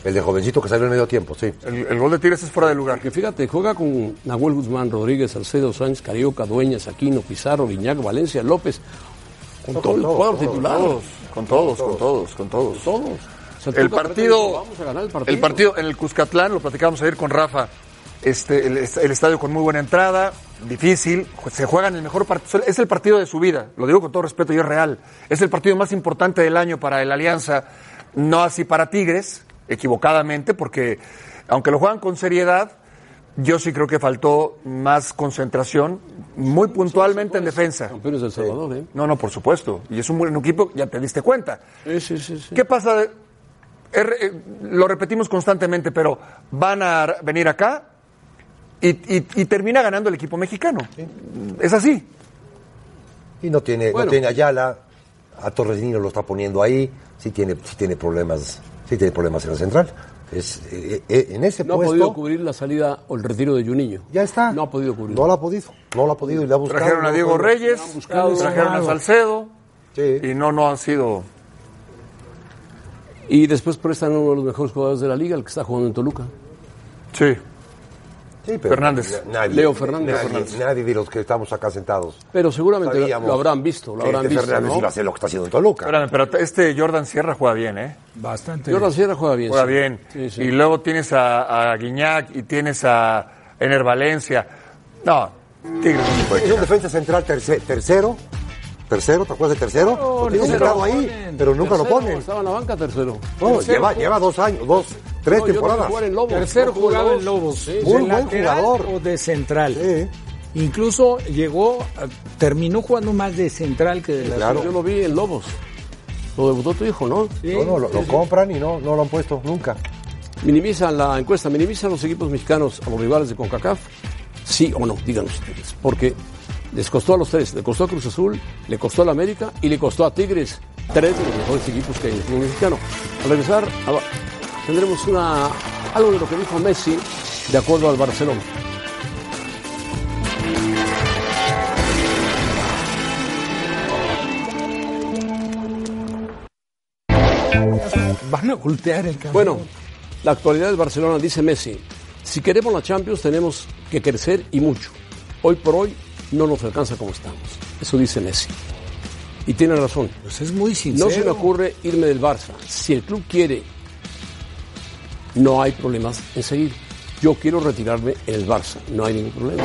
Speaker 4: El de jovencito que salió en medio tiempo, sí.
Speaker 5: El, el gol de Tigres es fuera de lugar.
Speaker 2: Que fíjate, juega con Nahuel Guzmán, Rodríguez, Salcedo, Sánchez, Carioca, Dueñas, Aquino, Pizarro, Viñac, Valencia, López. Con todo el cuadro titular.
Speaker 5: Todos, con todos, con todos, con todos.
Speaker 2: Todos. O sea,
Speaker 5: El
Speaker 2: Tuca
Speaker 5: partido,
Speaker 2: Ferretti dijo, Vamos a ganar el partido.
Speaker 5: el partido en el Cuscatlán, lo platicábamos ayer con Rafa, este, el, est- el estadio con muy buena entrada, difícil, ju- se juegan el mejor partido, es el partido de su vida, lo digo con todo respeto y es real, es el partido más importante del año para el Alianza, no así para Tigres, equivocadamente, porque aunque lo juegan con seriedad, yo sí creo que faltó más concentración, muy puntualmente en defensa.
Speaker 2: Campeones del Salvador, ¿eh?
Speaker 5: No, no, por supuesto, y es un buen equipo, ya te diste cuenta.
Speaker 2: Sí, sí, sí. sí.
Speaker 5: ¿Qué pasa? de- er- eh, lo repetimos constantemente, pero van a r- venir acá y, y- y termina ganando el equipo mexicano. Es así.
Speaker 4: Y no tiene,
Speaker 2: Bueno.
Speaker 4: no tiene Ayala, a Torres Nino lo está poniendo ahí, sí tiene, sí tiene problemas, sí tiene problemas en la central. Es, eh, eh, en ese
Speaker 2: No ha
Speaker 4: puesto
Speaker 2: podido cubrir la salida o el retiro de Juninho.
Speaker 4: ya está.
Speaker 2: No ha podido cubrir.
Speaker 4: No lo ha podido, no lo ha podido y le ha buscado.
Speaker 5: Trajeron
Speaker 4: no
Speaker 5: a
Speaker 4: lo
Speaker 5: Diego
Speaker 4: puede.
Speaker 5: Reyes,
Speaker 2: han buscado,
Speaker 5: trajeron a
Speaker 3: claro.
Speaker 5: Salcedo
Speaker 4: Sí.
Speaker 5: y no, no han sido.
Speaker 2: Y después prestan uno de los mejores jugadores de la liga, el que está jugando en Toluca.
Speaker 5: Sí.
Speaker 4: Sí,
Speaker 5: Fernández.
Speaker 4: na- nadie-
Speaker 2: Leo Fernández.
Speaker 4: Nadie,
Speaker 2: Leo Fernández.
Speaker 4: nadie de los que estamos acá sentados.
Speaker 2: Pero seguramente lo,
Speaker 4: Sabíamos
Speaker 2: lo habrán visto, lo
Speaker 4: que
Speaker 2: habrán
Speaker 4: este
Speaker 2: visto.
Speaker 4: Fernández
Speaker 2: ¿no?
Speaker 4: iba a hacer lo que está haciendo en Toluca.
Speaker 5: Espérame, pero este Jordan Sierra juega bien, ¿eh?
Speaker 3: Bastante.
Speaker 2: Jordan Sierra juega bien.
Speaker 5: Juega
Speaker 2: sí.
Speaker 5: bien.
Speaker 2: Sí, sí.
Speaker 5: Y luego tienes a, a Guiñac y tienes a Ener Valencia. No, Tigres. es un equipo de
Speaker 4: Es un defensa central terce- tercero. Tercero, ¿te acuerdas de tercero? Lo tiene
Speaker 2: tercero
Speaker 4: sentado
Speaker 2: lo
Speaker 4: ahí,
Speaker 3: ponen.
Speaker 4: pero nunca lo
Speaker 2: Tercero,
Speaker 4: ponen.
Speaker 2: Estaba en la banca tercero.
Speaker 4: No, lleva, lleva dos años, dos, tres
Speaker 2: No, yo tengo
Speaker 4: temporadas.
Speaker 2: que jugar en Lobos.
Speaker 3: Tercer
Speaker 2: No jugó
Speaker 3: jugaba
Speaker 2: dos.
Speaker 3: en Lobos.
Speaker 2: Sí,
Speaker 4: Muy
Speaker 3: ¿De
Speaker 4: buen
Speaker 3: lateral
Speaker 4: jugador.
Speaker 3: O de central.
Speaker 4: Sí.
Speaker 3: Incluso llegó, a- terminó jugando más de central que de la
Speaker 4: Claro.
Speaker 2: Yo lo vi en Lobos. Lo debutó tu hijo, ¿no?
Speaker 3: Sí,
Speaker 4: No, no, lo,
Speaker 3: sí,
Speaker 4: lo
Speaker 3: sí.
Speaker 4: compran y no, no lo han puesto nunca.
Speaker 2: Minimizan la encuesta, minimizan los equipos mexicanos a los rivales de CONCACAF, sí o no, díganos ustedes, porque les costó a los tres, le costó a Cruz Azul, le costó a la América y le costó a Tigres, tres de los mejores equipos que hay en el fútbol mexicano. Al regresar, ahora, tendremos una, algo de lo que dijo Messi de acuerdo al Barcelona.
Speaker 3: Van a voltear el campo.
Speaker 2: Bueno, la actualidad del Barcelona, dice Messi, si queremos la Champions tenemos que crecer y mucho. Hoy por hoy no nos alcanza como estamos. Eso dice Messi. Y tiene razón.
Speaker 3: Pues es muy sincero.
Speaker 2: No se me ocurre irme del Barça. Si el club quiere, no hay problemas en seguir. Yo quiero retirarme en el Barça, no hay ningún problema.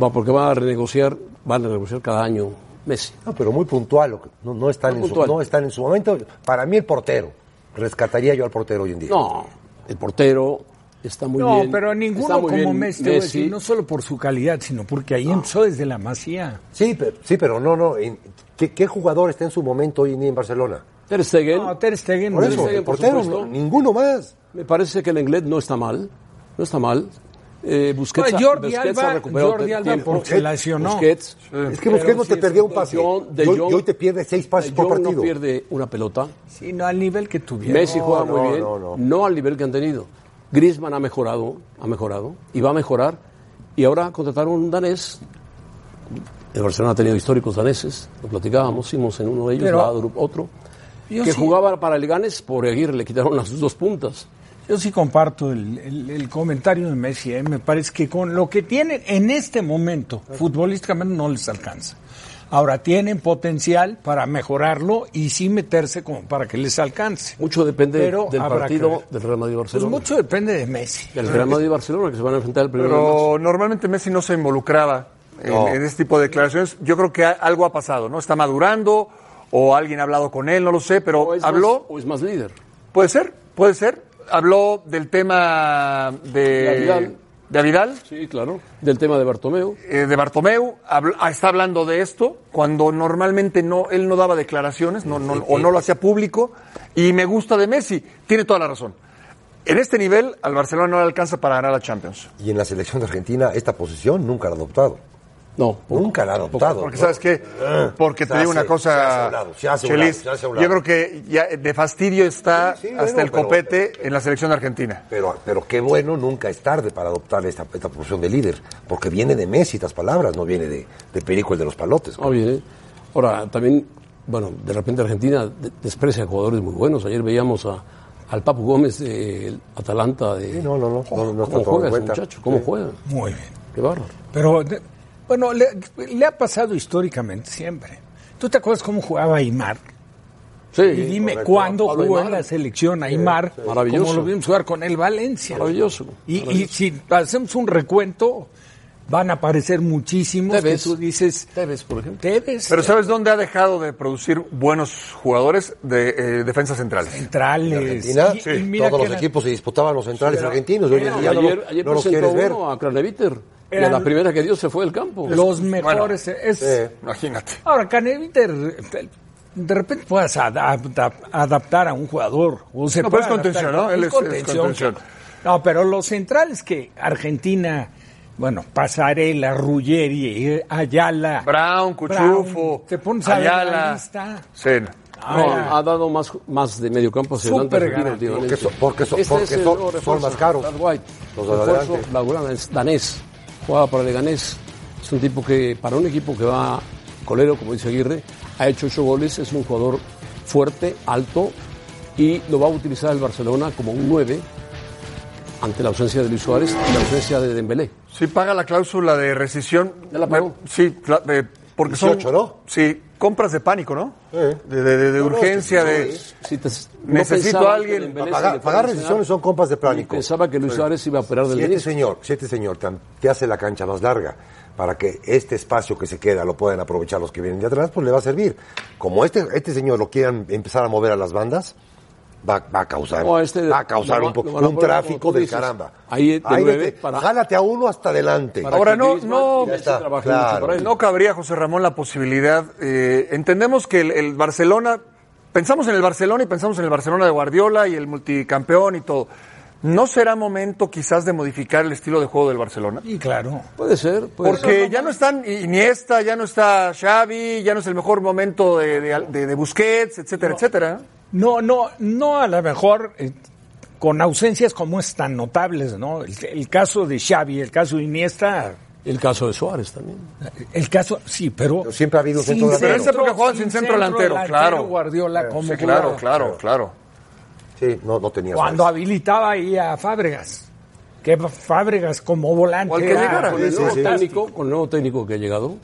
Speaker 2: Va, porque va a renegociar, van a renegociar cada año Messi.
Speaker 4: No, pero muy puntual. lo que- No, no, están
Speaker 2: Muy
Speaker 4: en su,
Speaker 2: puntual.
Speaker 4: no están en su momento. Para mí, el portero. Rescataría yo al portero hoy en día.
Speaker 2: No, el portero está muy
Speaker 3: No,
Speaker 2: bien.
Speaker 3: pero
Speaker 2: está
Speaker 3: ninguno
Speaker 2: muy
Speaker 3: como
Speaker 2: bien
Speaker 3: Messi, te voy a decir, no solo por su calidad, sino porque ahí empezó desde la masía.
Speaker 4: Sí, pero, sí, pero no, no. en- ¿qué, qué jugador está en su momento hoy en día en Barcelona?
Speaker 2: Ter Stegen,
Speaker 3: No, Ter Stegen,
Speaker 4: Por
Speaker 3: no.
Speaker 4: eso,
Speaker 2: Stegen,
Speaker 4: el
Speaker 2: por
Speaker 4: portero,
Speaker 2: supuesto.
Speaker 4: no, ninguno más.
Speaker 2: me parece que el inglés no está mal, no está mal. Eh, Busquets,
Speaker 3: Bueno, Jordi
Speaker 2: Busquets
Speaker 3: Alba-
Speaker 2: ha recuperado
Speaker 3: Jordi
Speaker 2: te-
Speaker 3: Alba
Speaker 2: tiempo.
Speaker 3: porque se lesionó.
Speaker 2: Busquets,
Speaker 4: Es que Busquets no te perdía un pase.
Speaker 2: De Jong- de
Speaker 4: y hoy,
Speaker 2: Jong-
Speaker 4: y hoy te pierde seis pases
Speaker 2: de
Speaker 4: por
Speaker 2: Jong no
Speaker 4: partido.
Speaker 2: pierde una pelota.
Speaker 3: Sí, no al nivel que tuvieron.
Speaker 2: Messi juega
Speaker 4: no,
Speaker 2: muy bien,
Speaker 4: no,
Speaker 2: no,
Speaker 4: no.
Speaker 2: al nivel que han tenido. Griezmann ha mejorado, ha mejorado y va a mejorar. Y ahora contrataron un danés. El Barcelona ha tenido históricos daneses, lo platicábamos, hicimos en uno de ellos,
Speaker 3: Pero-
Speaker 2: Laudrup otro,
Speaker 3: Yo
Speaker 2: que
Speaker 3: sí-
Speaker 2: jugaba para el Ganes, por Aguirre le quitaron las dos puntas.
Speaker 3: Yo sí comparto el, el- el comentario de Messi. ¿eh? Me parece que con lo que tienen en este momento, futbolísticamente no les alcanza. Ahora tienen potencial para mejorarlo y sí meterse como para que les alcance.
Speaker 2: Mucho depende
Speaker 3: Pero
Speaker 2: del
Speaker 3: habrá que
Speaker 2: partido
Speaker 3: ver.
Speaker 2: del Real
Speaker 3: Pues
Speaker 2: Madrid-Barcelona.
Speaker 3: mucho depende de Messi.
Speaker 2: Del Real Madrid-Barcelona, que se van a enfrentar el primero de marzo.
Speaker 5: Pero normalmente Messi no se involucraba en, en este tipo de declaraciones. Yo creo que a- algo ha pasado, ¿no? Está madurando o alguien ha hablado con él, no lo sé, pero
Speaker 2: O es
Speaker 5: habló.
Speaker 2: más- o es más líder.
Speaker 5: Puede ser, puede ser. Habló del tema de
Speaker 2: De Vidal.
Speaker 5: de Vidal,
Speaker 2: Sí, claro. Del tema de Bartomeu.
Speaker 5: eh, de Bartomeu. habl- ah, está hablando de esto cuando normalmente no él no daba declaraciones no, no- o no lo hacía público. Y me gusta de Messi. Tiene toda la razón. En este nivel, al Barcelona no le alcanza para ganar la Champions.
Speaker 4: Y en la selección de Argentina, esta posición nunca la ha adoptado.
Speaker 2: No,
Speaker 4: Nunca la ha adoptado.
Speaker 5: Porque
Speaker 4: ¿no? Ah,
Speaker 5: sabes qué, porque
Speaker 4: se
Speaker 5: te digo
Speaker 4: hace- se
Speaker 5: una
Speaker 4: hace
Speaker 5: cosa,
Speaker 4: a un lado, se hace a un lado,
Speaker 5: Chelis,
Speaker 4: se hace a un
Speaker 5: yo
Speaker 4: lado.
Speaker 5: creo que ya eh, de fastidio está
Speaker 4: Sí, sí,
Speaker 5: hasta
Speaker 4: bueno,
Speaker 5: el
Speaker 4: pero-
Speaker 5: copete en la selección de Argentina.
Speaker 4: Pero, pero qué bueno, nunca es tarde para adoptar esta, esta posición de líder, porque viene de Messi estas palabras, no viene de, de Perico el de los palotes.
Speaker 2: Ah, bien, ¿eh? Ahora, también, bueno, de repente Argentina de- desprecia a jugadores muy buenos. Ayer veíamos a, al Papu Gómez de Atalanta. De,
Speaker 4: Sí, no, no, no, no, no está
Speaker 2: ¿Cómo
Speaker 4: todo en
Speaker 2: juega ese
Speaker 4: cuenta.
Speaker 2: muchacho? ¿Cómo
Speaker 4: Sí.
Speaker 2: juega?
Speaker 3: Muy bien.
Speaker 2: Qué bárbaro.
Speaker 3: Pero, de- bueno, le, le ha pasado históricamente siempre. ¿Tú te acuerdas cómo jugaba Aymar?
Speaker 2: Sí,
Speaker 3: y dime
Speaker 2: correcto.
Speaker 3: cuándo
Speaker 2: Pablo
Speaker 3: jugó en
Speaker 2: Aymar,
Speaker 3: la selección Aymar,
Speaker 2: sí. Maravilloso.
Speaker 3: como lo vimos jugar con el Valencia.
Speaker 2: Maravilloso.
Speaker 3: Y, y si hacemos un recuento, van a aparecer muchísimos
Speaker 2: Tevez.
Speaker 3: que tú dices...
Speaker 2: Tevez, por ejemplo.
Speaker 3: Tevez,
Speaker 5: Pero ¿sabes dónde ha dejado de producir buenos jugadores de eh, defensas centrales?
Speaker 4: En
Speaker 3: centrales.
Speaker 4: Argentina,
Speaker 3: y- y mira
Speaker 4: todos
Speaker 3: que
Speaker 4: los
Speaker 3: eran-
Speaker 4: equipos se disputaban los centrales argentinos, y hoy en día no,
Speaker 2: ayer
Speaker 4: lo-
Speaker 2: ayer
Speaker 4: no los
Speaker 2: presentó
Speaker 4: quieres ver.
Speaker 2: uno a Craneviter. Y a
Speaker 3: Eran-
Speaker 2: la primera que dio se fue del campo.
Speaker 3: Los mejores. es-
Speaker 4: Sí.
Speaker 5: Imagínate.
Speaker 3: Ahora, Caneviter, de repente puedas adapta- adaptar a un jugador. O se
Speaker 5: No,
Speaker 3: puede
Speaker 5: pero es contención,
Speaker 3: adaptar.
Speaker 5: ¿no? Él es- es contención.
Speaker 3: No, pero los centrales que Argentina, bueno, Pasarela, Ruggeri, eh, Ayala.
Speaker 5: Brown, Cuchufo,
Speaker 3: Brown, te pones a ver la
Speaker 5: Ayala.
Speaker 3: lista.
Speaker 5: Sí.
Speaker 2: No, ha dado más, más de medio campo hacia
Speaker 3: Súper
Speaker 2: adelante.
Speaker 3: garantía.
Speaker 2: Argentina,
Speaker 4: Porque so-
Speaker 2: últimamente.
Speaker 4: porque so-
Speaker 2: Este
Speaker 4: porque
Speaker 2: es el
Speaker 4: so-
Speaker 2: nuevo
Speaker 4: son
Speaker 2: refuerzo,
Speaker 4: más caros.
Speaker 2: Brad White.
Speaker 4: Los de
Speaker 2: refuerzo,
Speaker 4: adelante.
Speaker 2: Blaugrana, es danés. Juega para Leganés. Es un tipo que, para un equipo que va colero, como dice Aguirre, ha hecho ocho goles. Es un jugador fuerte, alto y lo va a utilizar el Barcelona como un 9 ante la ausencia de Luis Suárez y la ausencia de Dembélé.
Speaker 5: Sí, paga la cláusula de rescisión.
Speaker 2: ¿Ya la pagó?
Speaker 5: Me- Sí, cla- eh, porque son.
Speaker 4: 18, ¿no?
Speaker 5: Sí, compras de pánico, ¿no?
Speaker 4: Sí.
Speaker 5: De, de- de- de
Speaker 4: No, no,
Speaker 5: urgencia,
Speaker 4: es que
Speaker 5: de.
Speaker 4: no
Speaker 2: Si te- no
Speaker 5: Necesito
Speaker 2: pensaba
Speaker 5: a alguien
Speaker 2: que Dembélé
Speaker 4: Pagar,
Speaker 2: se le
Speaker 4: pagar
Speaker 2: fuera a
Speaker 4: rescisiones
Speaker 2: lesionar.
Speaker 4: son compas de
Speaker 2: Y
Speaker 4: pánico.
Speaker 2: Pensaba que Luis Suárez iba a operar del
Speaker 4: Si este
Speaker 2: menisco.
Speaker 4: señor, si este señor tan- te hace la cancha más larga para que este espacio que se queda lo puedan aprovechar los que vienen de atrás, pues le va a servir. Como este, este señor lo quieran empezar a mover a las bandas, va, va a causar,
Speaker 2: No, este-
Speaker 4: va a causar
Speaker 2: lo
Speaker 4: un,
Speaker 2: va-
Speaker 4: po-
Speaker 2: lo van a
Speaker 4: un
Speaker 2: poner como
Speaker 4: tráfico
Speaker 2: tú
Speaker 4: de
Speaker 2: dices.
Speaker 4: caramba.
Speaker 2: Ahí de nueve
Speaker 4: vete,
Speaker 2: para-
Speaker 4: Jálate a uno hasta adelante.
Speaker 2: Para
Speaker 5: Ahora,
Speaker 2: que
Speaker 5: no-
Speaker 2: Griezmann
Speaker 5: no-
Speaker 2: y
Speaker 5: Ya
Speaker 2: Messi
Speaker 4: está,
Speaker 2: trabajen
Speaker 4: claro.
Speaker 2: mucho para él.
Speaker 5: No cabría, José Ramón, la posibilidad. eh, entendemos que el, el Barcelona, pensamos en el Barcelona y pensamos en el Barcelona de Guardiola y el multicampeón y todo. ¿No será momento quizás de modificar el estilo de juego del Barcelona?
Speaker 3: Y claro.
Speaker 2: Puede ser. Puede ser.
Speaker 5: Porque ya no están Iniesta, ya no está Xavi, ya no es el mejor momento de, de- de- de Busquets, etcétera, etcétera.
Speaker 3: No, no, no a lo mejor eh, con ausencias como es tan notables, ¿no? El, el caso de Xavi, el caso de Iniesta,
Speaker 2: El caso de Suárez también.
Speaker 3: el caso, sí, pero...
Speaker 4: Pero siempre ha habido un
Speaker 3: sin
Speaker 4: centro delantero.
Speaker 5: Pero en esa época jugaban sin centro delantero, claro.
Speaker 3: Guardiola como
Speaker 5: Sí, claro,
Speaker 3: jugaba.
Speaker 5: claro, claro.
Speaker 4: Sí, no, no tenía
Speaker 3: Cuando
Speaker 4: Suárez.
Speaker 3: habilitaba ahí a Fábregas. Que Fábregas como volante.
Speaker 5: O al que
Speaker 3: era-
Speaker 5: llegara.
Speaker 2: Con el,
Speaker 4: sí,
Speaker 2: nuevo
Speaker 4: sí.
Speaker 2: técnico, con el nuevo técnico que ha llegado,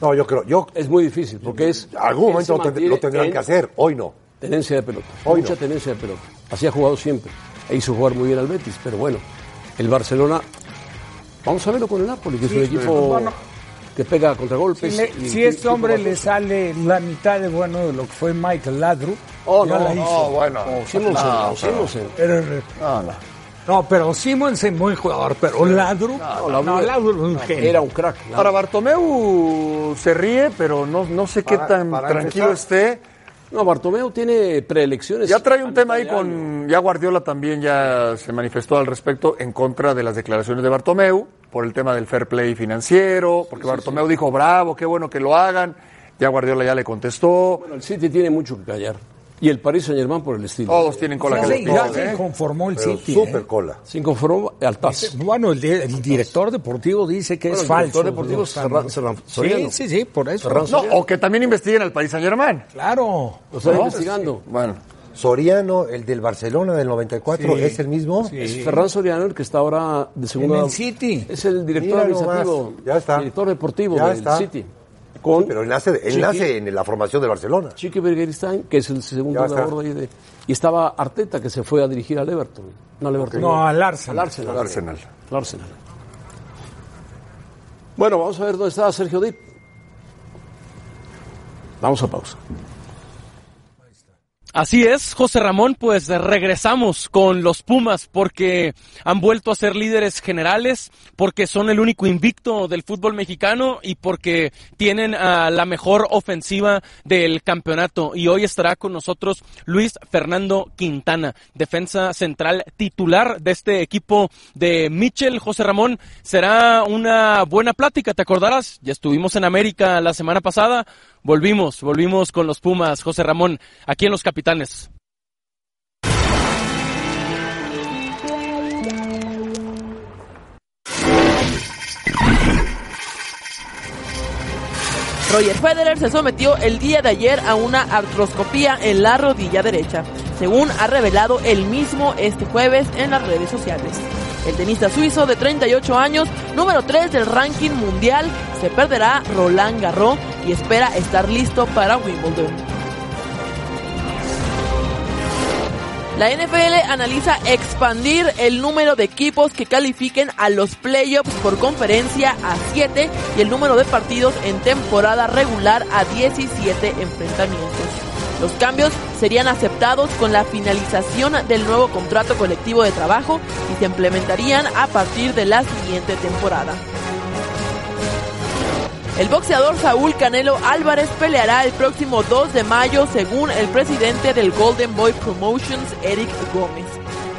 Speaker 4: No, yo creo, yo
Speaker 2: es muy difícil, porque es...
Speaker 4: algún
Speaker 2: él se
Speaker 4: momento lo, tend-
Speaker 2: mantiene
Speaker 4: lo tendrán
Speaker 2: en
Speaker 4: que hacer, hoy no.
Speaker 2: Tenencia de pelota,
Speaker 4: Hoy
Speaker 2: mucha
Speaker 4: no.
Speaker 2: tenencia de pelota. Así ha jugado siempre. E hizo jugar muy bien al Betis, pero bueno, el Barcelona... Vamos a verlo con el Napoli, que es un equipo
Speaker 3: bueno.
Speaker 2: que pega
Speaker 3: Si,
Speaker 2: contragolpes.
Speaker 3: le-
Speaker 2: y-
Speaker 3: si
Speaker 2: y-
Speaker 3: este
Speaker 2: y-
Speaker 3: hombre le sale la mitad de bueno de lo que fue Michael Ladru,
Speaker 2: Oh,
Speaker 3: ya
Speaker 2: no,
Speaker 3: la
Speaker 2: no,
Speaker 3: hizo.
Speaker 5: bueno.
Speaker 2: O Simonsen,
Speaker 5: No,
Speaker 2: o Simonsen.
Speaker 3: Pero- No, pero Simons es buen jugador, pero Ladru, no,
Speaker 2: la-
Speaker 3: Ladru es un genio.
Speaker 2: Era un crack. ¿no?
Speaker 5: Ahora Bartomeu se ríe, pero no, no sé qué
Speaker 4: Para-
Speaker 5: tan
Speaker 4: para
Speaker 5: tranquilo esté.
Speaker 2: No, Bartomeu tiene preelecciones.
Speaker 5: Ya trae un
Speaker 2: a
Speaker 5: tema ahí
Speaker 2: mitad de año.
Speaker 5: con. Ya Guardiola también ya se manifestó al respecto en contra de las declaraciones de Bartomeu por el tema del fair play financiero, porque Bartomeu dijo bravo, qué bueno que lo hagan. Ya Guardiola ya le contestó.
Speaker 2: Bueno, el City tiene mucho que callar. Y el Paris Saint-Germain por el estilo.
Speaker 5: Todos tienen cola
Speaker 3: ya
Speaker 5: que
Speaker 3: se,
Speaker 5: les
Speaker 3: ya
Speaker 5: pisan,
Speaker 3: se
Speaker 5: ¿eh?
Speaker 3: conformó el
Speaker 4: Pero
Speaker 3: City.
Speaker 4: súper
Speaker 3: ¿eh?
Speaker 4: cola.
Speaker 2: Se inconformó al TAS.
Speaker 3: Bueno, el, di- el director deportivo dice que
Speaker 2: Bueno,
Speaker 3: es
Speaker 2: el
Speaker 3: falso.
Speaker 2: director deportivo es
Speaker 3: Los-
Speaker 2: Ferran- Ferran Soriano.
Speaker 3: Sí, sí, sí, por eso.
Speaker 2: Ferran
Speaker 5: No, o que también investiguen al Paris Saint Germain.
Speaker 3: Claro.
Speaker 2: Lo están investigando.
Speaker 5: Bueno,
Speaker 4: Soriano, el del Barcelona del 94,
Speaker 3: Sí.
Speaker 4: ¿es el mismo?
Speaker 3: Sí.
Speaker 2: Es Ferran Soriano el que está ahora de segunda.
Speaker 3: En el City.
Speaker 2: Es el director
Speaker 4: Mira nomás.
Speaker 2: administrativo.
Speaker 4: Ya está.
Speaker 2: Director deportivo
Speaker 4: Ya
Speaker 2: del
Speaker 4: está.
Speaker 2: City. Con
Speaker 4: Pero él nace, él
Speaker 2: Chiqui-
Speaker 4: nace en la formación de Barcelona.
Speaker 2: Chiqui Bergeristain, que es el segundo
Speaker 4: Ya está.
Speaker 2: jugador de ahí de- Y estaba Arteta, que se fue a dirigir al Everton. No al Everton.
Speaker 3: No, al Arsenal.
Speaker 2: Al Arsenal.
Speaker 5: Al Arsenal.
Speaker 2: Al Arsenal. Bueno, vamos a ver dónde está Sergio Dip. Vamos a pausa.
Speaker 9: Así es, José Ramón, pues regresamos con los Pumas porque han vuelto a ser líderes generales, porque son el único invicto del fútbol mexicano y porque tienen a la mejor ofensiva del campeonato. Y hoy estará con nosotros Luis Fernando Quintana, defensa central titular de este equipo de Michel. José Ramón, será una buena plática, te acordarás, ya estuvimos en América la semana pasada. Volvimos, volvimos con los Pumas, José Ramón, aquí en Los Capitanes.
Speaker 10: Roger Federer se sometió el día de ayer a una artroscopía en la rodilla derecha, según ha revelado él mismo este jueves en las redes sociales. El tenista suizo de 38 años, número 3 del ranking mundial, se perderá Roland Garros y espera estar listo para Wimbledon. La NFL analiza expandir el número de equipos que califiquen a los playoffs por conferencia a 7 y el número de partidos en temporada regular a 17 enfrentamientos. Los cambios serían aceptados con la finalización del nuevo contrato colectivo de trabajo y se implementarían a partir de la siguiente temporada. El boxeador Saúl Canelo Álvarez peleará el próximo 2 de mayo según el presidente del Golden Boy Promotions, Eric Gómez.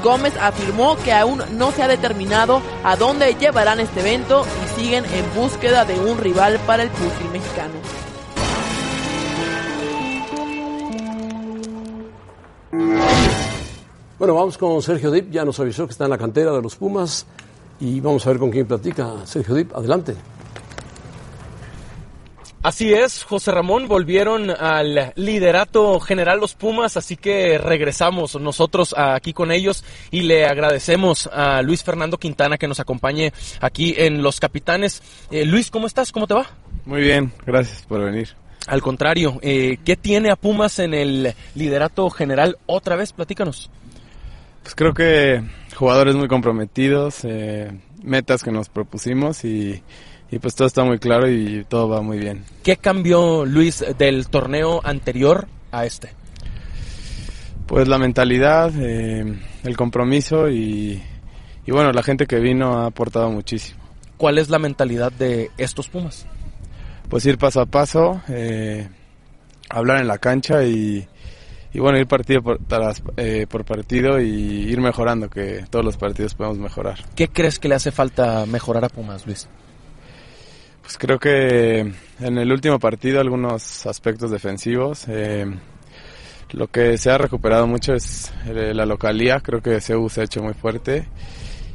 Speaker 10: Gómez afirmó que aún no se ha determinado a dónde llevarán este evento y siguen en búsqueda de un rival para el púgil mexicano.
Speaker 2: Bueno, vamos con Sergio Dip. Ya nos avisó que está en la cantera de los Pumas. Y vamos a ver con quién platica. Sergio Dip, adelante.
Speaker 9: Así es, José Ramón, volvieron al liderato general los Pumas, así que regresamos nosotros aquí con ellos y le agradecemos a Luis Fernando Quintana que nos acompañe aquí en Los Capitanes. Eh, Luis, ¿cómo estás? ¿Cómo te va?
Speaker 11: Muy bien, gracias por venir.
Speaker 9: Al contrario, eh, ¿qué tiene a Pumas en el liderato general otra vez? Platícanos.
Speaker 11: Pues creo que jugadores muy comprometidos, eh, metas que nos propusimos y, y pues todo está muy claro y todo va muy bien.
Speaker 9: ¿Qué cambió Luis del torneo anterior a este?
Speaker 11: Pues la mentalidad, eh, el compromiso y, y bueno, la gente que vino ha aportado muchísimo.
Speaker 9: ¿Cuál es la mentalidad de estos Pumas?
Speaker 11: pues ir paso a paso, eh, hablar en la cancha y, y bueno, ir partido por, tras, eh, por partido y ir mejorando, que todos los partidos podemos mejorar.
Speaker 9: ¿Qué crees que le hace falta mejorar a Pumas, Luis?
Speaker 11: Pues creo que en el último partido algunos aspectos defensivos. Eh, lo que se ha recuperado mucho es eh, la localía, creo que Seúl se ha hecho muy fuerte.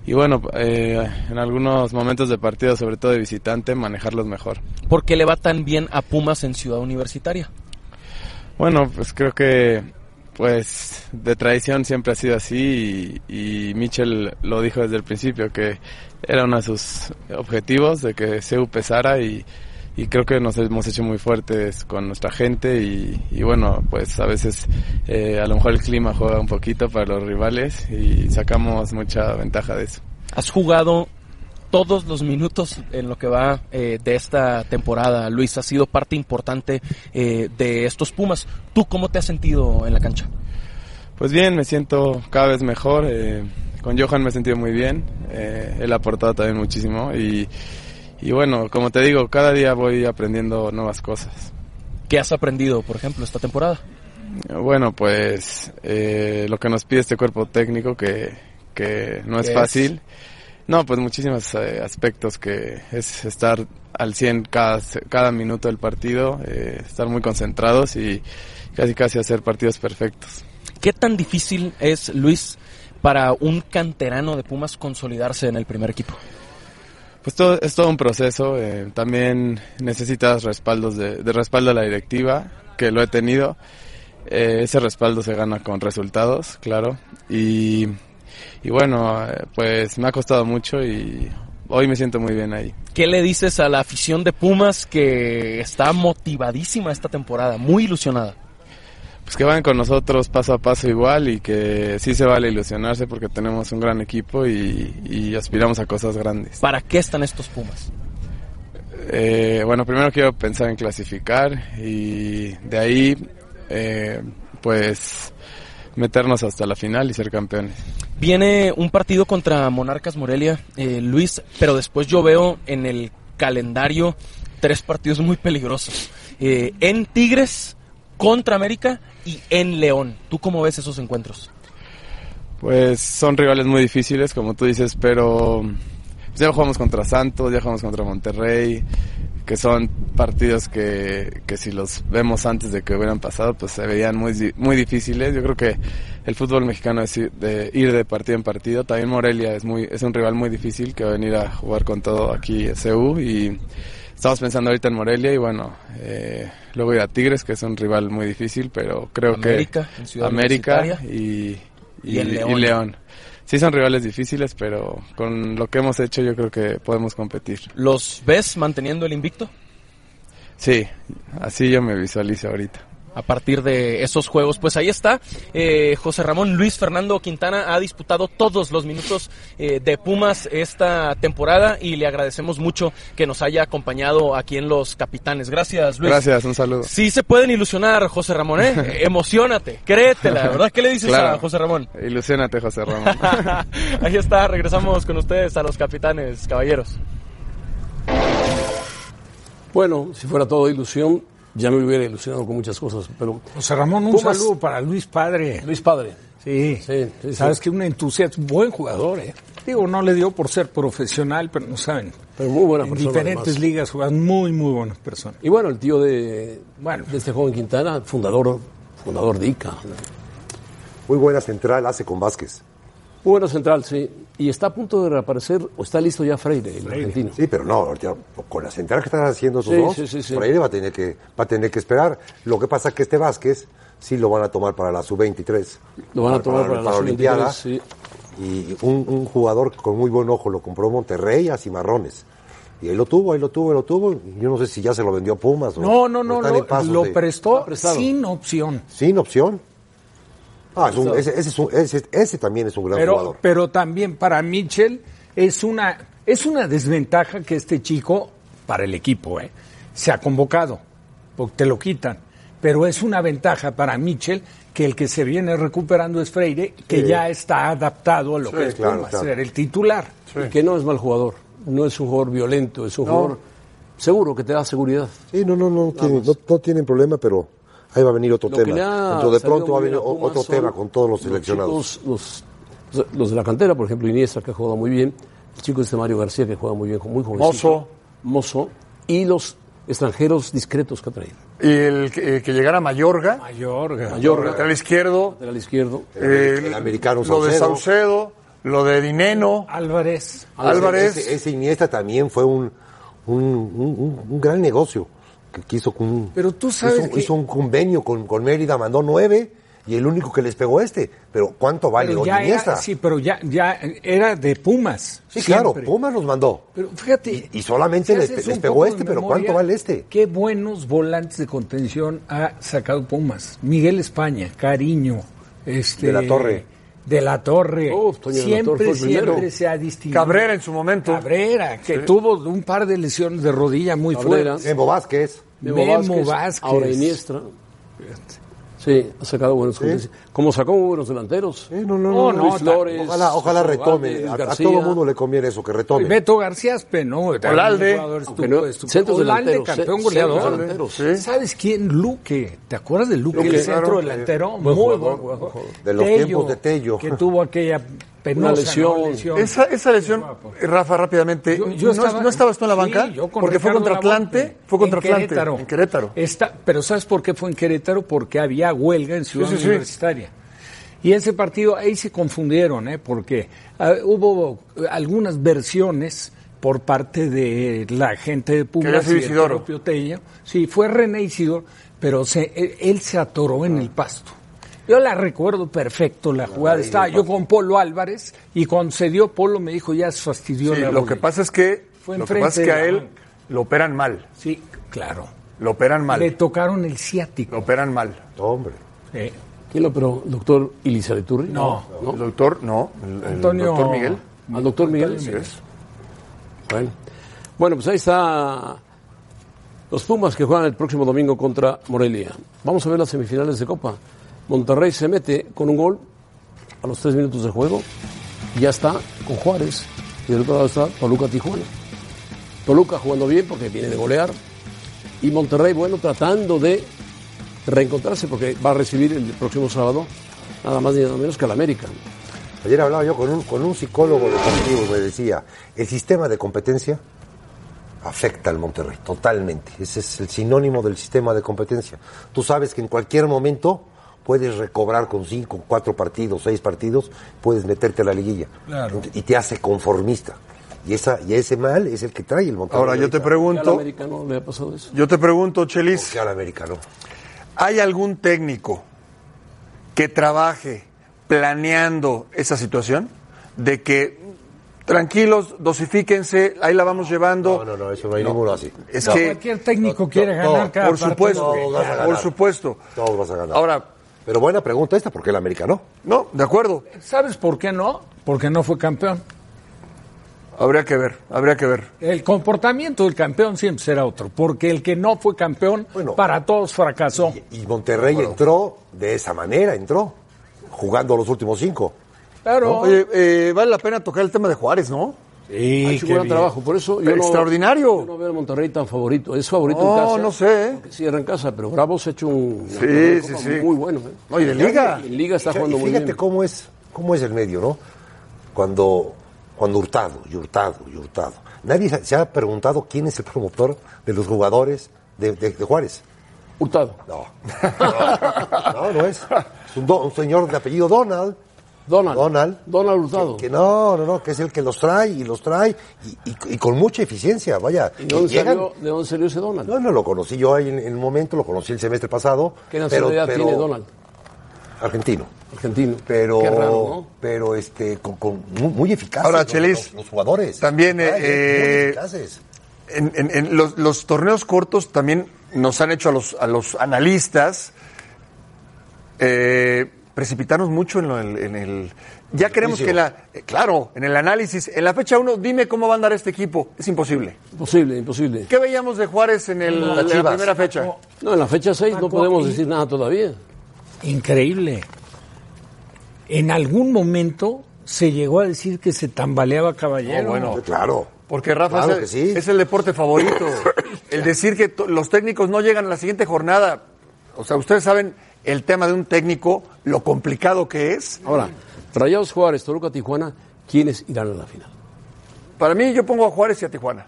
Speaker 11: Y bueno, eh, en algunos momentos de partido, sobre todo de visitante, manejarlos mejor.
Speaker 9: ¿Por qué le va tan bien a Pumas en Ciudad Universitaria?
Speaker 11: Bueno, pues creo que pues de tradición siempre ha sido así y, y Michel lo dijo desde el principio que era uno de sus objetivos de que CEU pesara y, y creo que nos hemos hecho muy fuertes con nuestra gente y, y bueno, pues a veces eh, a lo mejor el clima juega un poquito para los rivales y sacamos mucha ventaja de eso.
Speaker 9: Has jugado todos los minutos en lo que va eh, de esta temporada, Luis, has sido parte importante eh, de estos Pumas. ¿Tú cómo te has sentido en la cancha?
Speaker 11: Pues bien, me siento cada vez mejor. eh, con Johan me he sentido muy bien. eh, él ha aportado también muchísimo y y bueno, como te digo, cada día voy aprendiendo nuevas cosas.
Speaker 9: ¿Qué has aprendido, por ejemplo, esta temporada?
Speaker 11: Bueno, pues eh, lo que nos pide este cuerpo técnico, que, que no es fácil. Es? No, pues muchísimos eh, aspectos que es estar al 100 cada, cada minuto del partido, eh, estar muy concentrados y casi casi hacer partidos perfectos.
Speaker 9: ¿Qué tan difícil es, Luis, para un canterano de Pumas consolidarse en el primer equipo?
Speaker 11: Pues todo, es todo un proceso. Eh, también necesitas respaldos de, de, respaldo a la directiva, que lo he tenido. Eh, ese respaldo se gana con resultados, claro. Y, y bueno, eh, pues me ha costado mucho y hoy me siento muy bien ahí.
Speaker 9: ¿Qué le dices a la afición de Pumas que está motivadísima esta temporada, muy ilusionada?
Speaker 11: Pues que van con nosotros paso a paso igual y que sí se vale ilusionarse porque tenemos un gran equipo y, y aspiramos a cosas grandes.
Speaker 9: ¿Para qué están estos Pumas?
Speaker 11: Eh, bueno, primero quiero pensar en clasificar y de ahí eh, pues meternos hasta la final y ser campeones.
Speaker 9: Viene un partido contra Monarcas Morelia, eh, Luis, pero después yo veo en el calendario tres partidos muy peligrosos. Eh, en Tigres, contra América y en León. ¿Tú cómo ves esos encuentros?
Speaker 11: Pues son rivales muy difíciles, como tú dices, pero pues, ya jugamos contra Santos, ya jugamos contra Monterrey, que son partidos que, que si los vemos antes de que hubieran pasado, pues se veían muy, muy difíciles. Yo creo que el fútbol mexicano es ir de, ir de partido en partido. También Morelia es, muy, es un rival muy difícil que va a venir a jugar con todo aquí a CU y estamos pensando ahorita en Morelia y bueno, eh, luego ir a Tigres, que es un rival muy difícil, pero creo
Speaker 9: América,
Speaker 11: que
Speaker 9: en Ciudad
Speaker 11: América y, y, y, el León. y, León. Sí son rivales difíciles, pero con lo que hemos hecho yo creo que podemos competir.
Speaker 9: ¿Los ves manteniendo el invicto?
Speaker 11: Sí, así yo me visualizo ahorita
Speaker 9: a partir de esos juegos. Pues ahí está, eh, José Ramón Luis Fernando Quintana ha disputado todos los minutos eh, de Pumas esta temporada y le agradecemos mucho que nos haya acompañado aquí en Los Capitanes. Gracias, Luis.
Speaker 11: Gracias, un saludo.
Speaker 9: Sí se pueden ilusionar, José Ramón, ¿eh? Emocionate, créetela, ¿verdad? ¿Qué le dices claro. a José Ramón?
Speaker 11: Ilusiónate, José Ramón.
Speaker 9: ahí está, regresamos con ustedes a Los Capitanes, caballeros.
Speaker 2: Bueno, si fuera todo ilusión, ya me hubiera ilusionado con muchas cosas, pero...
Speaker 3: José Ramón, un Pumas. saludo para Luis Padre.
Speaker 2: Luis Padre.
Speaker 3: Sí, sí, sí sabes sí. que un entusiasta, buen jugador, ¿eh? Digo, no le dio por ser profesional, pero no saben.
Speaker 2: Pero muy buena
Speaker 3: en
Speaker 2: persona,
Speaker 3: diferentes
Speaker 2: además.
Speaker 3: ligas juegan muy, muy buenas personas.
Speaker 2: Y bueno, el tío de, bueno. de este joven Quintana, fundador, fundador de ICA.
Speaker 4: Muy buena central hace con Vázquez.
Speaker 2: Muy bueno central, sí. Y está a punto de reaparecer, o está listo ya Freire, el argentino.
Speaker 4: Sí, pero no, ahorita, con la central que están haciendo esos
Speaker 2: Sí,
Speaker 4: dos,
Speaker 2: sí, sí, sí.
Speaker 4: Freire va a tener que va a tener que esperar. Lo que pasa es que este Vázquez sí lo van a tomar para la sub-23.
Speaker 2: Lo van a tomar para la sub-23,
Speaker 4: Olimpiada.
Speaker 2: sí.
Speaker 4: Y un, un jugador con muy buen ojo lo compró Monterrey a Cimarrones. Y ahí lo tuvo, ahí lo tuvo, ahí lo tuvo. y Yo no sé si ya se lo vendió a Pumas. o-
Speaker 3: No, no,
Speaker 4: o
Speaker 3: no,
Speaker 4: están en
Speaker 3: lo,
Speaker 4: pasos
Speaker 3: lo
Speaker 4: de-
Speaker 3: prestó
Speaker 2: prestado.
Speaker 3: sin opción.
Speaker 4: sin opción. Ah, es un- ese, ese es un- ese- ese también es un gran
Speaker 3: Pero,
Speaker 4: jugador.
Speaker 3: pero también para Mitchell es una, es una desventaja que este chico, para el equipo, ¿eh? se ha convocado, porque te lo quitan. Pero es una ventaja para Mitchell que el que se viene recuperando es Freire, que
Speaker 4: Sí.
Speaker 3: ya está adaptado a lo que es
Speaker 4: claro,
Speaker 3: Pumas,
Speaker 4: claro.
Speaker 3: ser el titular.
Speaker 2: Y que no es mal jugador, no es un jugador violento, es un jugador seguro que te da seguridad.
Speaker 4: Sí, no, no, no, tienen, no, no tienen problema, pero ahí va a venir otro
Speaker 2: Lo que
Speaker 4: tema.
Speaker 2: le ha
Speaker 4: Entonces, de
Speaker 2: salido
Speaker 4: pronto va a
Speaker 2: muy
Speaker 4: venir
Speaker 2: bien
Speaker 4: o-
Speaker 2: Pumas
Speaker 4: otro
Speaker 2: son
Speaker 4: tema con todos los seleccionados.
Speaker 2: chicos, los, los- los de la cantera, por ejemplo, Iniesta, que juega muy bien. El chico este Mario García, que juega muy bien, muy joven.
Speaker 5: Mozo.
Speaker 2: Mozo. Y los extranjeros discretos que ha traído.
Speaker 5: Y el que, eh, que llegara a Mayorga,
Speaker 3: Mayorga.
Speaker 2: Mayorga,
Speaker 5: lateral izquierdo,
Speaker 2: lateral izquierdo.
Speaker 5: eh,
Speaker 4: el americano
Speaker 5: lo de
Speaker 4: Saucedo.
Speaker 5: Saucedo, lo de Dineno,
Speaker 3: Álvarez.
Speaker 5: Álvarez.
Speaker 4: Ah, Ese, ese Iniesta también fue un, un, un- un- un gran negocio que quiso un,
Speaker 3: Pero tú sabes
Speaker 4: hizo,
Speaker 3: que-
Speaker 4: hizo un convenio con, con Mérida, mandó nueve y el único que les pegó este. Pero ¿cuánto vale
Speaker 3: Pero
Speaker 4: hoy
Speaker 3: ya
Speaker 4: Iniesta?
Speaker 3: era, sí, pero ya, ya era de Pumas.
Speaker 4: Sí, claro,
Speaker 3: siempre.
Speaker 4: Pumas los mandó.
Speaker 3: Pero fíjate.
Speaker 4: Y- y solamente les-
Speaker 3: haces
Speaker 4: les
Speaker 3: un
Speaker 4: pegó
Speaker 3: poco de
Speaker 4: este, pero ¿cuánto vale este?
Speaker 3: Qué buenos volantes de contención ha sacado Pumas. Miguel España, Cariño, este
Speaker 4: De la Torre.
Speaker 3: De la Torre.
Speaker 2: Uf, Toño de la
Speaker 3: siempre,
Speaker 2: Torre fue el
Speaker 3: siempre
Speaker 2: primero.
Speaker 3: se ha distinguido.
Speaker 5: Cabrera en su momento.
Speaker 3: Cabrera, que tuvo un par de lesiones de rodilla muy
Speaker 2: Cabrera.
Speaker 3: fuertes.
Speaker 4: Memo Vázquez.
Speaker 3: Memo Vázquez.
Speaker 2: Ahora Iniesta. Sí, ha sacado buenos jugadores. Como sacó muy buenos delanteros.
Speaker 4: Eh, no,
Speaker 3: No,
Speaker 4: no, no,
Speaker 3: Oh, no,
Speaker 2: Luis Flores.
Speaker 4: Ojalá, ojalá
Speaker 2: Valdés,
Speaker 4: retome. A, a
Speaker 2: García.
Speaker 4: todo mundo le conviene eso, que retome.
Speaker 3: Beto García Aspe, ¿no?
Speaker 5: Olalde.
Speaker 2: Aunque no, centros
Speaker 3: Olalde,
Speaker 2: delanteros,
Speaker 3: campeón
Speaker 2: ce-
Speaker 3: goleador.
Speaker 2: centros delanteros,
Speaker 5: sí.
Speaker 3: ¿Sabes quién? Luque. ¿Te acuerdas de Luque?
Speaker 5: Luque,
Speaker 3: el centro
Speaker 5: claro.
Speaker 3: delantero.
Speaker 2: Buen
Speaker 3: muy
Speaker 2: jugador,
Speaker 3: buen jugador.
Speaker 4: buen jugador. De los tiempos de Tello.
Speaker 3: Que tuvo aquella penosa
Speaker 2: Una
Speaker 3: ¿no?
Speaker 2: lesión.
Speaker 3: lesión.
Speaker 5: Esa, esa lesión, Rafa, rápidamente,
Speaker 3: Yo- yo
Speaker 5: Este, ¿no, es- no estabas tú en la
Speaker 3: sí,
Speaker 5: banca?
Speaker 3: yo con
Speaker 5: porque fue
Speaker 3: Ricardo
Speaker 5: contra
Speaker 3: Lavolpe,
Speaker 5: Atlante, fue contra
Speaker 3: en
Speaker 5: Atlante,
Speaker 3: Querétaro.
Speaker 5: en Querétaro.
Speaker 3: Está- pero ¿sabes por qué fue en Querétaro? Porque había huelga en Ciudad
Speaker 5: Sí, sí, sí.
Speaker 3: Universitaria. Y ese partido, ahí se confundieron, ¿eh? porque ah, hubo eh, algunas versiones por parte de la gente de Pumas
Speaker 5: Quería
Speaker 3: y
Speaker 5: ser
Speaker 3: el
Speaker 5: Isidoro.
Speaker 3: propio Tello. Sí, fue René Isidoro, pero se- él, él se atoró en el pasto. Yo la recuerdo perfecto la jugada. Estaba yo con Polo Álvarez y cuando se dio Polo me dijo, ya se fastidió
Speaker 5: Sí,
Speaker 3: la
Speaker 5: lo que
Speaker 3: rodilla".
Speaker 5: pasa es que,
Speaker 3: Fue
Speaker 5: lo que
Speaker 3: enfrente
Speaker 5: pasa es
Speaker 3: de
Speaker 5: que a
Speaker 3: la
Speaker 5: él
Speaker 3: banca.
Speaker 5: lo operan mal,
Speaker 3: Sí, claro.
Speaker 5: lo operan
Speaker 3: Le
Speaker 5: mal,
Speaker 3: tocaron el
Speaker 5: lo
Speaker 3: ciático.
Speaker 5: operan mal.
Speaker 4: Hombre.
Speaker 3: Eh,
Speaker 2: ¿Quién lo pero ¿Doctor Ilizariturri?
Speaker 3: No.
Speaker 5: El doctor, no, el, el
Speaker 3: Antonio-
Speaker 5: doctor Miguel.
Speaker 2: ¿Al doctor Miguel?
Speaker 5: Así es.
Speaker 2: Bueno. Bueno, pues ahí está los Pumas que juegan el próximo domingo contra Morelia. Vamos a ver las semifinales de Copa. Monterrey se mete con un gol a los tres minutos de juego. Y ya está con Juárez. Y del otro lado está Toluca Tijuana. Toluca jugando bien porque viene de golear. Y Monterrey, bueno, tratando de reencontrarse porque va a recibir el próximo sábado nada más ni nada menos que al América.
Speaker 4: Ayer hablaba yo con un, con un psicólogo deportivo y me decía, el sistema de competencia afecta al Monterrey, totalmente. Ese es el sinónimo del sistema de competencia. Tú sabes que en cualquier momento puedes recobrar con cinco, cuatro partidos, seis partidos, puedes meterte a la liguilla.
Speaker 3: Claro.
Speaker 4: Y te hace conformista. Y, esa, y ese mal es el que trae el Monterrey.
Speaker 5: Ahora, yo te
Speaker 2: ¿Al
Speaker 5: pregunto,
Speaker 2: América no le ha pasado eso?
Speaker 5: yo te pregunto, Chelis,
Speaker 4: Que al americano.
Speaker 5: ¿hay algún técnico que trabaje planeando esa situación? De que, tranquilos, dosifíquense, ahí la vamos llevando.
Speaker 4: No, no, no, eso no hay ninguno así.
Speaker 5: Es
Speaker 4: No.
Speaker 5: que...
Speaker 3: Cualquier técnico
Speaker 4: No,
Speaker 3: quiere
Speaker 4: no,
Speaker 3: ganar cada
Speaker 5: Por supuesto,
Speaker 3: partido.
Speaker 4: No, vas a ganar.
Speaker 5: por supuesto.
Speaker 4: Todos vas a ganar.
Speaker 5: Ahora,
Speaker 4: Pero buena pregunta esta, ¿por qué el americano?
Speaker 5: no, de acuerdo,
Speaker 3: ¿Sabes por qué no? Porque no fue campeón.
Speaker 5: habría que ver, habría que ver.
Speaker 3: El comportamiento del campeón siempre será otro, porque el que no fue campeón
Speaker 4: Bueno.
Speaker 3: para todos fracasó.
Speaker 4: Y Monterrey entró de esa manera, entró, jugando los últimos cinco.
Speaker 3: Claro.
Speaker 5: Oye, eh, vale la pena tocar el tema de Juárez, ¿no?
Speaker 3: Sí,
Speaker 2: Ha hecho un gran trabajo, por eso yo no,
Speaker 5: Extraordinario.
Speaker 2: yo no veo a Monterrey tan favorito. Es favorito
Speaker 5: No,
Speaker 2: en casa.
Speaker 5: no sé.
Speaker 2: porque Cierra en casa, pero Bravos ha hecho un
Speaker 5: Sí,
Speaker 2: una
Speaker 5: sí,
Speaker 2: Copa
Speaker 5: sí.
Speaker 2: muy bueno. ¿eh?
Speaker 5: No, y de liga.
Speaker 2: Y En Liga está
Speaker 4: Y
Speaker 2: jugando muy
Speaker 4: fíjate
Speaker 2: bien.
Speaker 4: cómo es cómo es el medio, ¿no? Cuando cuando Hurtado, y Hurtado, y Hurtado. Nadie se se ha preguntado quién es el promotor de los jugadores de, de- de Juárez.
Speaker 2: Hurtado.
Speaker 4: No. No, no, no es. Es un, do- un señor de apellido Donald.
Speaker 2: Donald.
Speaker 4: Donald.
Speaker 2: Donald Hurtado.
Speaker 4: Que no, no, no, que es el que los trae y los trae y, y- y con mucha eficiencia, vaya.
Speaker 2: ¿Y de dónde,
Speaker 4: Llegan-
Speaker 2: salió, de dónde salió ese Donald?
Speaker 4: No, no, lo conocí yo ahí en, en un momento, lo conocí el semestre pasado.
Speaker 2: ¿Qué nacionalidad
Speaker 4: pero-
Speaker 2: tiene
Speaker 4: pero-
Speaker 2: Donald?
Speaker 4: Argentino.
Speaker 2: Argentino.
Speaker 4: Pero,
Speaker 2: Qué raro,
Speaker 4: pero este, con, con- muy, muy eficaz.
Speaker 5: Ahora,
Speaker 4: los-
Speaker 5: Chelis,
Speaker 4: Los, los jugadores.
Speaker 5: también,
Speaker 4: Ay,
Speaker 5: eh,
Speaker 4: muy eficaces.
Speaker 5: en, en- en los, los torneos cortos también nos han hecho a los, a los analistas eh, precipitarnos mucho en, lo- en- en el... Ya queremos que la... eh, claro, en el análisis, en la fecha 1, dime cómo va a andar este equipo. Es imposible.
Speaker 2: ¿no? Imposible, imposible.
Speaker 5: ¿Qué veíamos de Juárez en, el-
Speaker 4: Las
Speaker 5: en la
Speaker 4: Chivas.
Speaker 5: primera fecha?
Speaker 2: No, en la fecha 6 no
Speaker 3: Paco,
Speaker 2: podemos
Speaker 3: y-
Speaker 2: decir nada todavía.
Speaker 3: Increíble. En algún momento se llegó a decir que se tambaleaba Caballero.
Speaker 5: No, bueno.
Speaker 4: Claro.
Speaker 5: Porque Rafa
Speaker 4: Claro
Speaker 5: es, el-
Speaker 4: que sí.
Speaker 5: es el deporte favorito. el decir que to- los técnicos no llegan a la siguiente jornada. O sea, ustedes saben el tema de un técnico, lo complicado que es.
Speaker 2: Ahora, Rayados Juárez, Toluca, Tijuana, ¿quiénes irán a la final?
Speaker 5: Para mí yo pongo a Juárez y a Tijuana.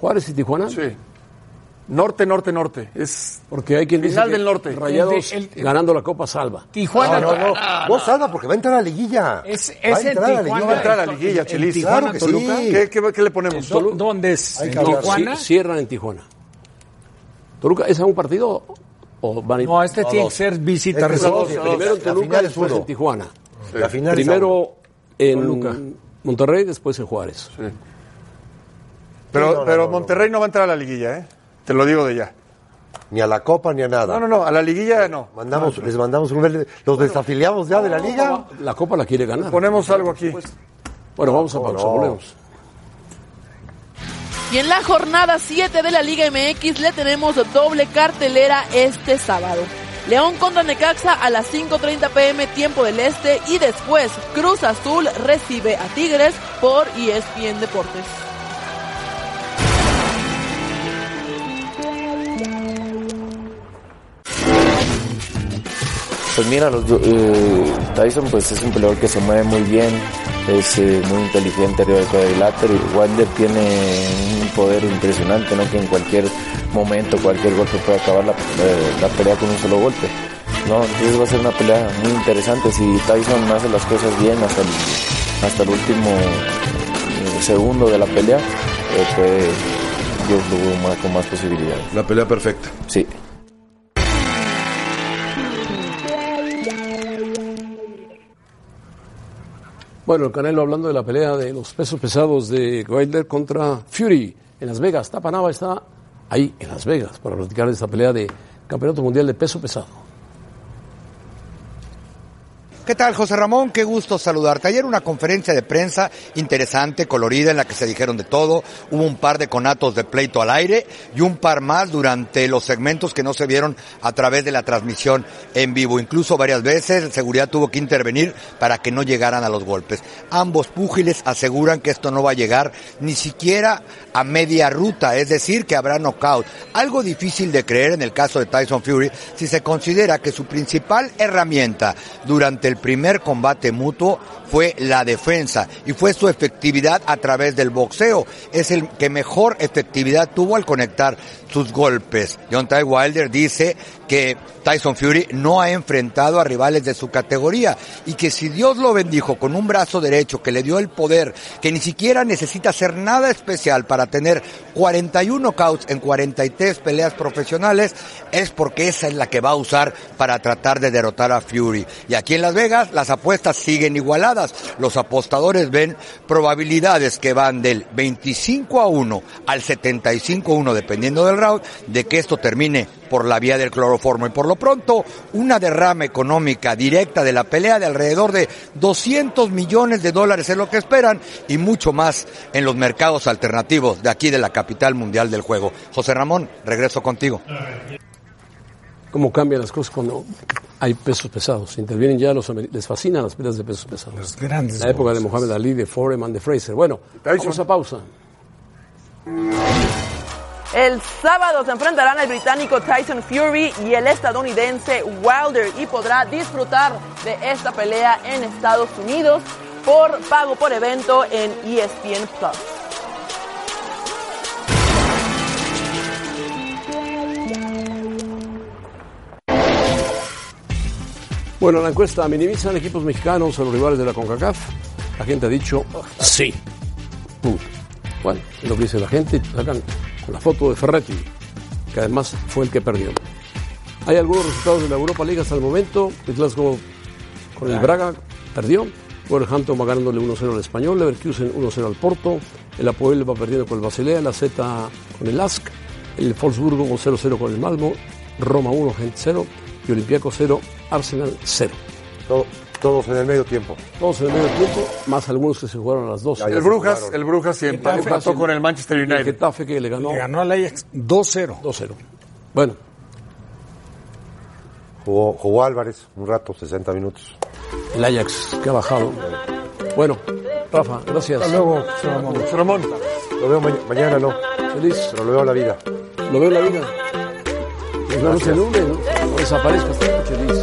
Speaker 2: ¿Juárez y Tijuana?
Speaker 5: Sí. Norte, norte, norte. Es
Speaker 2: Porque hay quien dice
Speaker 5: Final
Speaker 2: que
Speaker 5: del norte.
Speaker 2: Rayados
Speaker 3: El de- el-
Speaker 2: ganando la Copa salva.
Speaker 4: No,
Speaker 3: Tijuana.
Speaker 4: no, no, no salva porque va a entrar a la liguilla.
Speaker 3: Es,
Speaker 4: Va
Speaker 3: es
Speaker 4: a
Speaker 3: el
Speaker 4: entrar a
Speaker 3: Tijuana.
Speaker 4: la liguilla.
Speaker 5: Va a entrar a la liguilla,
Speaker 3: el
Speaker 5: Chelis.
Speaker 3: Tijuana,
Speaker 4: Claro que sí.
Speaker 3: Toluca.
Speaker 5: ¿Qué, qué- qué le ponemos?
Speaker 3: ¿Dó- ¿Dónde es?
Speaker 4: Hay
Speaker 3: ¿En
Speaker 4: que hablar.
Speaker 3: Tijuana?
Speaker 2: Sí, cierran en Tijuana. Toluca, ¿es a un partido o van a ir?
Speaker 3: No, este tiene que
Speaker 4: dos.
Speaker 3: ser
Speaker 4: Este
Speaker 3: visita
Speaker 4: es
Speaker 3: reserva.
Speaker 4: dos,
Speaker 2: primero en
Speaker 4: la
Speaker 2: Toluca,
Speaker 4: final es
Speaker 2: después en
Speaker 4: uno.
Speaker 2: Tijuana.
Speaker 4: La final es uno.
Speaker 2: Primero en Monterrey, después en Juárez.
Speaker 5: Pero,
Speaker 4: Sí, no, no,
Speaker 5: pero
Speaker 4: no, no.
Speaker 5: Monterrey no va a entrar a la liguilla, ¿eh? Te lo digo de ya.
Speaker 4: ni a la copa ni a nada.
Speaker 5: No, no, no, a la liguilla no.
Speaker 4: Mandamos, les mandamos un verde- los desafiliamos ya de la liga.
Speaker 2: La Copa la quiere ganar.
Speaker 5: Ponemos algo aquí.
Speaker 2: Bueno, vamos a pausa,
Speaker 4: no.
Speaker 2: volvemos.
Speaker 10: Y en la jornada 7 de la Liga MX le tenemos doble cartelera este sábado. León contra Necaxa a las 5.30 pm tiempo del Este y después Cruz Azul recibe a Tigres por E ESPN Deportes.
Speaker 12: Pues mira, los do- eh, Tyson pues es un peleador que se mueve muy bien, es eh, muy inteligente arriba del cuadrilátero y Wilder tiene un poder impresionante, ¿no? Que en cualquier momento, cualquier golpe puede acabar la, eh, la pelea con un solo golpe. No, entonces va a ser una pelea muy interesante. Si Tyson hace las cosas bien hasta el, hasta el último eh, segundo de la pelea, eh, puede- yo lo veo más- con más posibilidades.
Speaker 13: La pelea perfecta.
Speaker 12: Sí.
Speaker 2: Bueno, el Canelo hablando de la pelea de los pesos pesados de Wilder contra Fury en Las Vegas. Tapanaba está ahí en Las Vegas para platicar de esta pelea de Campeonato Mundial de Peso Pesado.
Speaker 14: ¿Qué tal, José Ramón? Qué gusto saludarte. Ayer una conferencia de prensa interesante, colorida, en la que se dijeron de todo. Hubo un par de conatos de pleito al aire y un par más durante los segmentos que no se vieron a través de la transmisión en vivo. Incluso varias veces seguridad tuvo que intervenir para que no llegaran a los golpes. Ambos púgiles aseguran que esto no va a llegar ni siquiera a media ruta, es decir, que habrá knockout. Algo difícil de creer en el caso de Tyson Fury si se considera que su principal herramienta durante el primer combate mutuo fue la defensa y fue su efectividad a través del boxeo. Es el que mejor efectividad tuvo al conectar sus golpes. John Ty Wilder dice que Tyson Fury no ha enfrentado a rivales de su categoría y que si Dios lo bendijo con un brazo derecho que le dio el poder, que ni siquiera necesita hacer nada especial para tener 41 knockouts en 43 peleas profesionales, es porque esa es la que va a usar para tratar de derrotar a Fury. Y aquí en Las Vegas las apuestas siguen igualadas. Los apostadores ven probabilidades que van del 25 a 1 al 75 a 1 dependiendo del round de que esto termine por la vía del cloroformo. Y por lo pronto, una derrama económica directa de la pelea de alrededor de 200 millones de dólares es lo que esperan y mucho más en los mercados alternativos de aquí de la capital mundial del juego. José Ramón, regreso contigo.
Speaker 2: ¿Cómo cambian las cosas cuando hay pesos pesados? Intervienen ya los amer- les fascinan las peleas de pesos pesados.
Speaker 3: Los grandes
Speaker 2: La época de
Speaker 3: boxes.
Speaker 2: Mohamed Ali, de Foreman, de Fraser. Bueno, vamos a pausa.
Speaker 10: El sábado se enfrentarán el británico Tyson Fury y el estadounidense Wilder y podrá disfrutar de esta pelea en Estados Unidos por pago por evento en E ESPN Plus.
Speaker 2: Bueno, la encuesta, ¿minimizan equipos mexicanos a los rivales de la CONCACAF? La gente ha dicho "Ah, sí. Punto. Bueno, es lo que dice la gente, sacan con la foto de Ferretti, que además fue el que perdió. Hay algunos resultados de la Europa League hasta el momento. El Glasgow con el Braga perdió. Wolverhampton va ganándole 1-0 al Español. Leverkusen 1-0 al Porto. El Apoel va perdiendo con el Basilea. La Z con el Ask. El Wolfsburgo 0-0 con el Malmo. Roma 1, Gent 0. Y Olympiacos 0, Arsenal 0.
Speaker 4: todos en el medio tiempo.
Speaker 2: Todos en el medio tiempo, más algunos que se jugaron a las 12.
Speaker 5: El Brujas, el Brujas se
Speaker 2: Getafe.
Speaker 5: empató con el Manchester
Speaker 2: Y el
Speaker 5: United.
Speaker 2: Getafe que le ganó.
Speaker 5: Le
Speaker 3: ganó al Ajax 2-0.
Speaker 2: 2-0. Bueno.
Speaker 4: Jugó, jugó Álvarez un rato, 60 minutos.
Speaker 2: El Ajax, que ha bajado. Bueno, Rafa, gracias.
Speaker 4: Hasta luego, José Ramón. José Lo veo ma- mañana, no.
Speaker 2: Feliz.
Speaker 4: Pero lo veo en la vida.
Speaker 2: Lo veo en la vida. Pues no se nube, ¿no? No desaparezca esta noche, Luis.